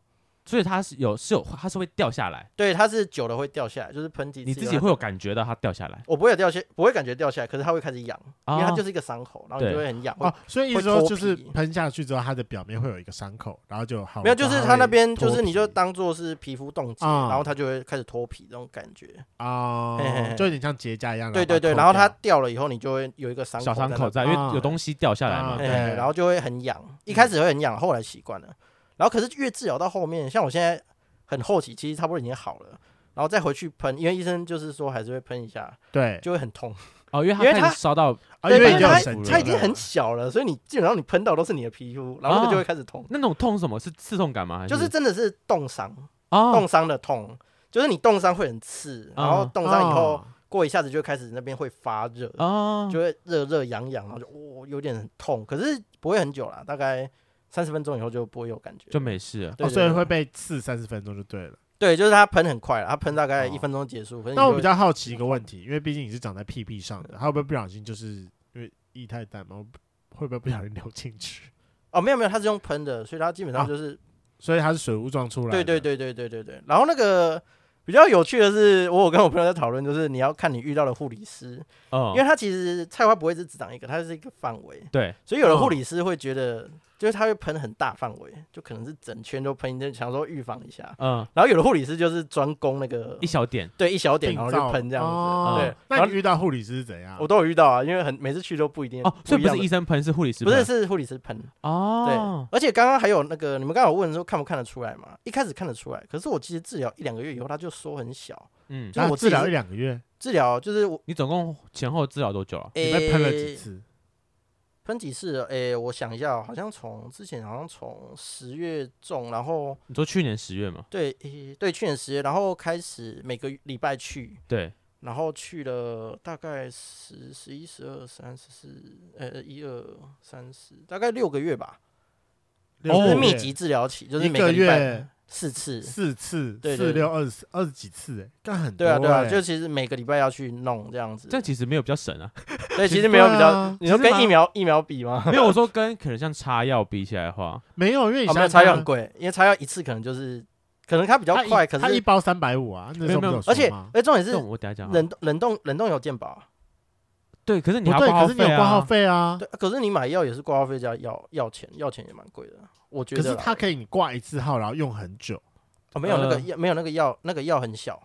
Speaker 3: 所以它是有是有它是会掉下来，
Speaker 2: 对，它是久了会掉下来，就是喷几次。
Speaker 3: 你自己会有？感觉到它掉下来，
Speaker 2: 我不会有掉下，不会感觉掉下来，可是它会开始痒，因为它
Speaker 3: 啊
Speaker 2: 就是一个伤口，然后你
Speaker 3: 对
Speaker 2: 就会很痒。会
Speaker 1: 哦，所以意思
Speaker 2: 会
Speaker 1: 说
Speaker 2: 脱
Speaker 1: 就是
Speaker 2: 皮
Speaker 1: 喷下去之后，它的表面会有一个伤口，然后哦就好了。
Speaker 2: 没有，就是它那边就是你就
Speaker 1: 当
Speaker 2: 当做是皮肤冻结，
Speaker 1: 啊
Speaker 2: 然后它就会开始脱皮这种感觉。
Speaker 1: 哦
Speaker 2: 嘿嘿嘿，
Speaker 1: 就有点像结痂一样。
Speaker 2: 对对对，
Speaker 1: 把
Speaker 2: 然后
Speaker 1: 它
Speaker 2: 它掉了以后，你就会有一个伤口
Speaker 3: 小
Speaker 2: 在那
Speaker 3: 伤口
Speaker 2: 边，
Speaker 3: 在，因为
Speaker 1: 啊
Speaker 3: 有东西掉下来嘛
Speaker 1: 啊，
Speaker 2: 嘿嘿
Speaker 1: 对
Speaker 2: 然后就会很痒，一开始会很痒，后来习惯了。然后可是越治疗到后面，像我现在很后期，其实差不多已经好了，然后再回去喷，因为医生就是说还是会喷一下，
Speaker 1: 对，
Speaker 2: 就会很痛。
Speaker 3: 哦，因为
Speaker 2: 因为
Speaker 3: 它开
Speaker 2: 它
Speaker 3: 始烧到
Speaker 1: 啊
Speaker 2: 对，
Speaker 1: 因为
Speaker 2: 因
Speaker 1: 已经有
Speaker 2: 它
Speaker 1: 神经了
Speaker 2: 它已经很小了，所以你基本上你喷到都是你的皮肤，然后那个就会开始痛，
Speaker 3: 那种痛是什么是刺痛感吗？还
Speaker 2: 就是真的是冻伤，
Speaker 3: 哦
Speaker 2: 冻伤的痛，就是你冻伤会很刺，然后
Speaker 3: 啊
Speaker 2: 冻伤以后
Speaker 1: 哦
Speaker 2: 过一下子就开始那边会发热，
Speaker 3: 哦
Speaker 2: 就会热热痒痒，然后就哦有点很痛，可是不会很久啦，大概三十分钟以后就不会有感觉，
Speaker 3: 就没事了，
Speaker 2: 对
Speaker 1: 哦，
Speaker 2: 对
Speaker 1: 所以
Speaker 2: 对
Speaker 1: 会被刺三十分钟就对了。
Speaker 2: 对，就是它喷很快啦，它喷大概
Speaker 1: 哦
Speaker 2: 一分钟结束。可是
Speaker 1: 那
Speaker 2: 你
Speaker 1: 我
Speaker 2: 就
Speaker 1: 比较好奇一个问题，因为毕竟你是长在屁屁上的，它会不会不小心就是因为液态氮嘛，会不会不小心流进去？
Speaker 2: 哦没有没有，它是用喷的，所以它基本上
Speaker 1: 啊
Speaker 2: 就是、
Speaker 1: 所以它是水雾状出来。
Speaker 2: 对对。对对对对对。然后那个比较有趣的是，我有跟我朋友在讨论，就是你要看你遇到的护理师，
Speaker 3: 哦
Speaker 2: 因为，它其实菜花不会是只长一个，它是一个范围，
Speaker 3: 对，
Speaker 2: 所以有的
Speaker 1: 哦
Speaker 2: 护理师会觉得，就是他会喷很大范围，就可能是整圈都喷，就想说预防一下。
Speaker 3: 嗯，
Speaker 2: 然后有的护理师就是专攻那个
Speaker 3: 一小点，
Speaker 2: 对一小点，
Speaker 1: 病
Speaker 2: 然后
Speaker 1: 灶
Speaker 2: 就喷这样子。
Speaker 1: 哦
Speaker 2: 对
Speaker 1: 那
Speaker 2: 然
Speaker 1: 你
Speaker 2: 后
Speaker 1: 遇到护理师是怎样？
Speaker 2: 我都有遇到啊，因为很每次去都不一定
Speaker 3: 哦，所以不
Speaker 2: 样
Speaker 3: 是
Speaker 2: 的
Speaker 3: 医生喷，是护理师
Speaker 2: 不
Speaker 3: 喷，
Speaker 2: 是是护理师喷。
Speaker 3: 哦
Speaker 2: 对，，而且刚刚还有那个，你们刚刚有问说看不看得出来嘛？一开始看得出来，可是我其实治疗一两个月以后，它就缩很小。
Speaker 3: 嗯，
Speaker 2: 就
Speaker 1: 啊
Speaker 2: 是我
Speaker 1: 治
Speaker 2: 自己
Speaker 1: 疗
Speaker 2: 是
Speaker 1: 一两个月，
Speaker 2: 治疗就是我
Speaker 3: 你总共前后治疗多久啊？
Speaker 1: 你
Speaker 2: 诶哦
Speaker 1: 被喷了几？次？
Speaker 2: 喷几次了？诶、我想一下哦，好像从之前好像从十月中，然后
Speaker 3: 你说去年十月嘛？
Speaker 2: 对，诶、对，去年十月，然后开始每个礼拜去，
Speaker 3: 对，
Speaker 2: 然后去了大概十、十一、十二、三、十四，呃，一二三四，大概六个月吧。
Speaker 1: 六
Speaker 3: 哦
Speaker 2: 就
Speaker 1: 个
Speaker 2: 是
Speaker 1: 月
Speaker 2: 密集治疗期，就是
Speaker 1: 一
Speaker 2: 每
Speaker 1: 个
Speaker 2: 礼拜
Speaker 1: 月
Speaker 2: 四次。
Speaker 1: 四次，
Speaker 2: 对对
Speaker 1: 四
Speaker 2: 对
Speaker 1: 六二十二十几次，哎，干很多
Speaker 2: 对
Speaker 1: 欸。
Speaker 2: 啊，对啊，就其实每个礼拜要去弄这样子。
Speaker 3: 这其实没有比较省 啊，
Speaker 2: 对，
Speaker 1: 其
Speaker 2: 其
Speaker 1: 实
Speaker 2: 实没有比
Speaker 1: 对
Speaker 2: 较
Speaker 1: 啊，
Speaker 2: 你说
Speaker 3: 其实
Speaker 2: 跟
Speaker 3: 蛮
Speaker 2: 疫苗疫苗比吗？
Speaker 3: 没有我说跟可能像擦药比起来的话，
Speaker 1: 没有，因为你
Speaker 2: 哦，没
Speaker 1: 想
Speaker 2: 有擦
Speaker 1: 想
Speaker 2: 药
Speaker 1: 看
Speaker 2: 很贵，因为擦药一次可能就是，可能它比较
Speaker 1: 它一
Speaker 2: 快，可
Speaker 1: 它一
Speaker 2: 是
Speaker 1: 包三百五啊，那时候
Speaker 3: 没有没有
Speaker 1: 不是有
Speaker 2: 而且
Speaker 1: 说吗
Speaker 2: 而且重点是
Speaker 3: 这种我等一下讲好了。
Speaker 2: 冷冻冷冻冷冻有健保，啊
Speaker 3: 对，可是你
Speaker 1: 不
Speaker 3: 还
Speaker 1: 对，
Speaker 3: 要
Speaker 1: 可是你有挂号
Speaker 3: 费
Speaker 1: 费啊，
Speaker 2: 对，可是你买药也是挂号费加药药钱，药钱也蛮贵的，我觉
Speaker 1: 可
Speaker 2: 得
Speaker 1: 是
Speaker 2: 啦
Speaker 1: 它可以你挂一次号，然后用很久。
Speaker 2: 哦没有那个
Speaker 3: 呃
Speaker 2: 药没有那个药那个药很小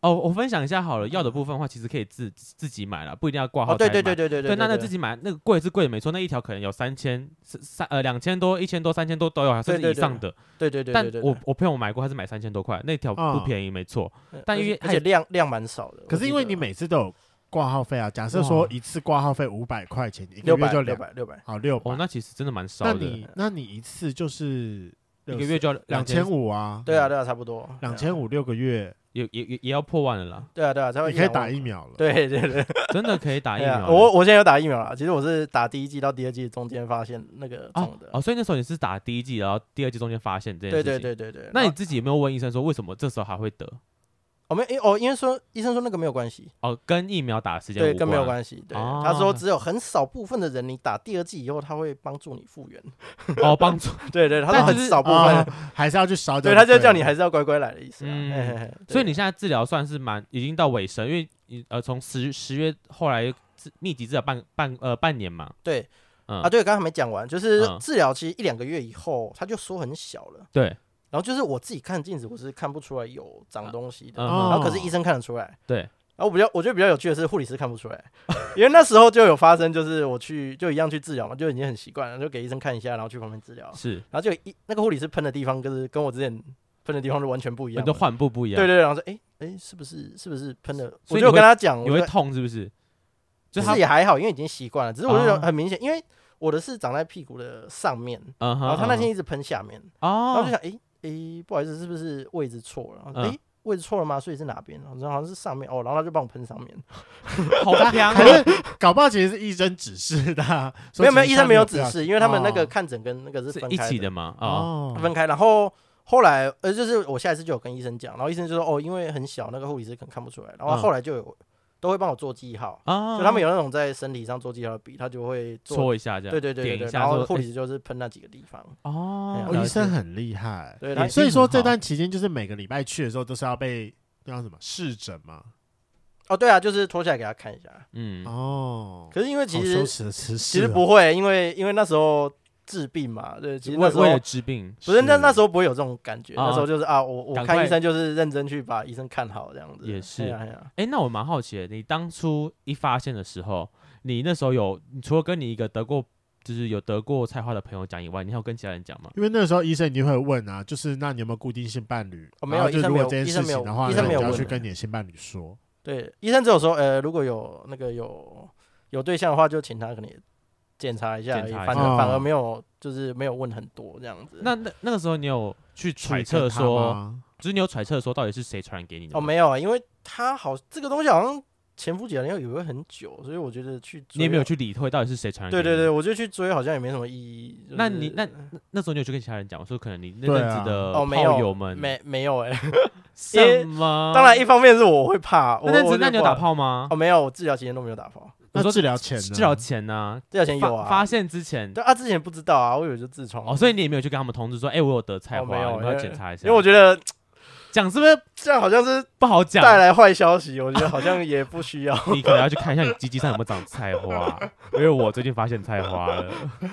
Speaker 3: 啊。哦，我分享一下好了，药的部分的话，其实可以自自己买了，不一定要挂
Speaker 2: 哦，
Speaker 3: 号才
Speaker 2: 对对
Speaker 3: 买。
Speaker 2: 对对对
Speaker 3: 对，那那
Speaker 2: 对
Speaker 3: 自己买那个贵是贵没错，那一条可能有三千、三三呃两千多、一千多、三千多都有，甚至
Speaker 2: 对对
Speaker 3: 以上的。
Speaker 2: 对对对
Speaker 3: 但
Speaker 2: 对对，
Speaker 3: 我我朋友买过，他是买三千多块，那条
Speaker 1: 啊
Speaker 3: 不便宜，没错。
Speaker 2: 对
Speaker 3: 但
Speaker 2: 而
Speaker 3: 因
Speaker 2: 且
Speaker 3: 为
Speaker 2: 呃而
Speaker 3: 它
Speaker 2: 且
Speaker 3: 也
Speaker 2: 量量蛮少的，
Speaker 1: 可是因为你
Speaker 2: 每
Speaker 1: 每次都有挂号费啊，假设说
Speaker 3: 哇
Speaker 1: 一次挂号费五百块钱，一个
Speaker 2: 六
Speaker 1: 月
Speaker 2: 百
Speaker 1: 就
Speaker 2: 六
Speaker 1: 两
Speaker 2: 百六百，
Speaker 1: 好六
Speaker 3: 哦，
Speaker 1: 百。
Speaker 3: 那其实真的蛮少
Speaker 1: 那
Speaker 3: 的，
Speaker 1: 你那你一次就是
Speaker 3: 一个月就要
Speaker 1: 两千五啊，
Speaker 2: 对啊对啊，差不多
Speaker 1: 两千
Speaker 2: 五，
Speaker 1: 五六个月，
Speaker 3: 也也也也要破万了 啦，
Speaker 2: 对啊对啊，差不多
Speaker 1: 你可以
Speaker 2: 两万
Speaker 1: 打疫苗了。
Speaker 2: 对对对。
Speaker 3: 真的可以打疫
Speaker 2: 对啊
Speaker 3: 苗。
Speaker 2: 我我现在有打疫苗了，其实我是打第一剂到第二剂中间发现那个
Speaker 3: 啊
Speaker 2: 中的。
Speaker 3: 哦，所以那时候你是打第一剂，然后第二剂中间发现这件
Speaker 2: 对
Speaker 3: 事情。
Speaker 2: 对对对对。
Speaker 3: 那你
Speaker 2: 然后
Speaker 3: 自己有没有问医生说为什么这时候还会得？
Speaker 2: 我们因哦，因为说医生说那个没有关系，
Speaker 3: 哦，跟疫苗打的时间
Speaker 2: 对，
Speaker 3: 无
Speaker 2: 跟没有关系。对，
Speaker 3: 哦
Speaker 2: 他说只有很少部分的人，你打第二剂以后，他会帮助你复原。
Speaker 3: 哦，帮助
Speaker 2: 对对，他说
Speaker 3: 但就
Speaker 2: 很
Speaker 3: 是
Speaker 2: 少部分
Speaker 1: 啊
Speaker 2: 人，，
Speaker 1: 还是要去烧掉。
Speaker 2: 对，他就叫你还是要乖乖来的意思啊。
Speaker 3: 嗯
Speaker 2: 嘿嘿嘿
Speaker 3: 所以你
Speaker 2: 对
Speaker 3: 现在治疗算是蛮已经到尾声，因为你呃从十十月后来自密集治疗半半呃半年嘛，
Speaker 2: 对
Speaker 3: 嗯、
Speaker 2: 啊，对，刚刚还没讲完，就是
Speaker 3: 嗯
Speaker 2: 治疗其实一两个月以后，他就缩很小了。
Speaker 3: 对，
Speaker 2: 然后就是我自己看镜子，我是看不出来有长东西的，
Speaker 3: 嗯哦
Speaker 1: 哦
Speaker 2: 然后可是医生看得出来。
Speaker 3: 对，
Speaker 2: 然后我比较，我觉得比较有趣的是护理师看不出来，因为那时候就有发生，就是我去就一样去治疗嘛，就已经很习惯了，就给医生看一下，然后去旁边治疗，
Speaker 3: 是
Speaker 2: 然后就一那个护理师喷的地方，就是跟我之前喷的地方就完全不一样
Speaker 3: 很
Speaker 2: 了，
Speaker 3: 多患部不一样，
Speaker 2: 对对，对然后说哎哎、诶是不是是不是喷的？
Speaker 3: 啊所
Speaker 2: 我
Speaker 3: 以
Speaker 2: 就
Speaker 3: 你会
Speaker 2: 跟他讲，
Speaker 3: 你
Speaker 2: 我
Speaker 3: 会
Speaker 2: 就
Speaker 3: 痛是不是？就
Speaker 2: 其
Speaker 3: 他
Speaker 2: 实也还好，因为已经习惯了，只是我就
Speaker 3: 哦
Speaker 2: 有很明显，因为我的是长在屁股的上面，
Speaker 3: 嗯哼，
Speaker 2: 然后哦他那天
Speaker 3: 嗯
Speaker 2: 一直喷下面，
Speaker 3: 哼
Speaker 2: 然后就
Speaker 3: 哦，
Speaker 2: 想哎哎、诶不好意思，是不是位置错了？然后
Speaker 3: 嗯
Speaker 2: 哎、诶位置错了吗？所以是哪边？然后说好像是上面哦，然后他就帮我喷上面。
Speaker 3: 好香
Speaker 1: 可
Speaker 3: 哦，
Speaker 1: 是搞不好其实是医生指示的啊，
Speaker 2: 没有没有，
Speaker 1: 说
Speaker 2: 医生没有
Speaker 1: 其实
Speaker 2: 指
Speaker 1: 上
Speaker 2: 示，因为他们那
Speaker 1: 哦
Speaker 2: 个看诊跟那个是
Speaker 3: 是
Speaker 2: 分
Speaker 3: 一
Speaker 2: 开
Speaker 3: 起的嘛，
Speaker 1: 不要
Speaker 3: 哦，
Speaker 1: 哦，
Speaker 2: 分开。然后后来呃，就是我下一次就有跟医生讲，然后医生就说哦，因为很小，那个护理师可能看不出来。然后
Speaker 3: 嗯
Speaker 2: 后来就有都会帮我做记号，
Speaker 3: 啊，
Speaker 2: 就他们有那种在身体上做记号的笔，他就会做。
Speaker 3: 搓一下这样，
Speaker 2: 对对对对
Speaker 3: 点
Speaker 2: 对，
Speaker 3: 一下
Speaker 2: 然后
Speaker 3: 说
Speaker 2: 护
Speaker 3: 哎
Speaker 2: 理师就是喷那几个地方。
Speaker 3: 哦
Speaker 2: 哎，
Speaker 1: 哦
Speaker 2: 了
Speaker 1: 医
Speaker 2: 解
Speaker 1: 生很厉害，
Speaker 2: 对，
Speaker 3: 哎
Speaker 2: 他
Speaker 1: 所以说
Speaker 3: 很好
Speaker 1: 这段期间就是每个礼拜去的时候都是要被叫什么视诊嘛。
Speaker 2: 哦对啊，就是脱下来给他看一下。
Speaker 3: 嗯，
Speaker 1: 哦，
Speaker 2: 可是因为其
Speaker 1: 好羞
Speaker 2: 实
Speaker 1: 耻的姿势
Speaker 2: 其实
Speaker 1: 哦
Speaker 2: 不会，因为因为那时候治病嘛，对，其实
Speaker 3: 为
Speaker 2: 那时候
Speaker 3: 为了治病，
Speaker 2: 不是那
Speaker 1: 是
Speaker 2: 那时候不会有这种感觉，
Speaker 3: 啊
Speaker 2: 那时候就是啊，我我
Speaker 3: 赶
Speaker 2: 看
Speaker 3: 快
Speaker 2: 医生就是认真去把医生看好这样子。
Speaker 3: 也是
Speaker 2: 哎呀哎呀
Speaker 3: 哎、那我蛮好奇的，你当初一发现的时候，你那时候有，你除了跟你一个得过，就是有得过菜花的朋友讲以外，你还有跟其他人讲吗？
Speaker 1: 因为那个时候医生一定会问啊，就是那你有没有固定性伴侣？
Speaker 2: 哦没
Speaker 1: 然
Speaker 2: 有
Speaker 1: 后就
Speaker 2: 医生
Speaker 1: 如
Speaker 2: 没
Speaker 1: 果
Speaker 2: 有
Speaker 1: 这件
Speaker 2: 医
Speaker 1: 事
Speaker 2: 生没有
Speaker 1: 情的话，
Speaker 2: 医
Speaker 1: 那
Speaker 2: 生
Speaker 1: 你
Speaker 2: 没有
Speaker 1: 就要
Speaker 2: 问
Speaker 1: 去
Speaker 2: 的
Speaker 1: 跟你的性伴侣说。
Speaker 2: 对，医生只有说，呃，如果有那个有有对象的话，就请他可能也检查一下而已，
Speaker 3: 检查一
Speaker 2: 反
Speaker 1: 下
Speaker 2: 正反
Speaker 1: 哦
Speaker 2: 而没有就是没有问很多这样子。
Speaker 3: 那那那个时候你有去
Speaker 1: 揣
Speaker 3: 揣测
Speaker 1: 测
Speaker 3: 说，
Speaker 1: 吗？
Speaker 3: 就是你有揣测说到底是谁传染给你的
Speaker 2: 哦
Speaker 3: 吗
Speaker 2: 没有啊，因为他好这个东西好像潜伏几年以为很久，所以我觉得去追
Speaker 3: 你也没有
Speaker 2: 啊。
Speaker 3: 去理会到底是谁传染给
Speaker 2: 对
Speaker 3: 你
Speaker 2: 对对，
Speaker 3: 的。
Speaker 2: 我觉得去追好像也没什么意义。就是
Speaker 3: 那你那那时候你有去跟其他人讲吗，说可能你那
Speaker 1: 对
Speaker 3: 阵
Speaker 1: 啊
Speaker 3: 子的
Speaker 2: 哦没
Speaker 3: 炮
Speaker 2: 有
Speaker 3: 友们啊
Speaker 2: 没没有哎、因
Speaker 3: 什
Speaker 2: 为
Speaker 3: 么？
Speaker 2: 当然一方面是我会怕，我
Speaker 3: 那阵
Speaker 2: 我
Speaker 3: 子
Speaker 2: 就
Speaker 3: 那你有
Speaker 2: 怕
Speaker 3: 打炮吗
Speaker 2: 哦？没有，我治疗期间都没有打炮，
Speaker 3: 我说
Speaker 1: 那治疗前呢？
Speaker 3: 治疗前呢？
Speaker 2: 治疗前有
Speaker 3: 发发
Speaker 2: 啊。
Speaker 3: 现之前
Speaker 2: 对啊，之前不知道啊，我以为就痔疮
Speaker 3: 哦，所以你也没有去跟他们通知说，哎，我有得菜
Speaker 2: 哦没
Speaker 3: 花，
Speaker 2: 有
Speaker 3: 你们要
Speaker 2: 因为
Speaker 3: 检查一下。
Speaker 2: 因为我觉得
Speaker 3: 讲是不是
Speaker 2: 这样好像 是
Speaker 3: 不好讲？
Speaker 2: 带来坏消息，我觉得好像也不需要。
Speaker 3: 你可能要去看一下你鸡鸡上有没有长菜 花，因为我最近发现菜花了，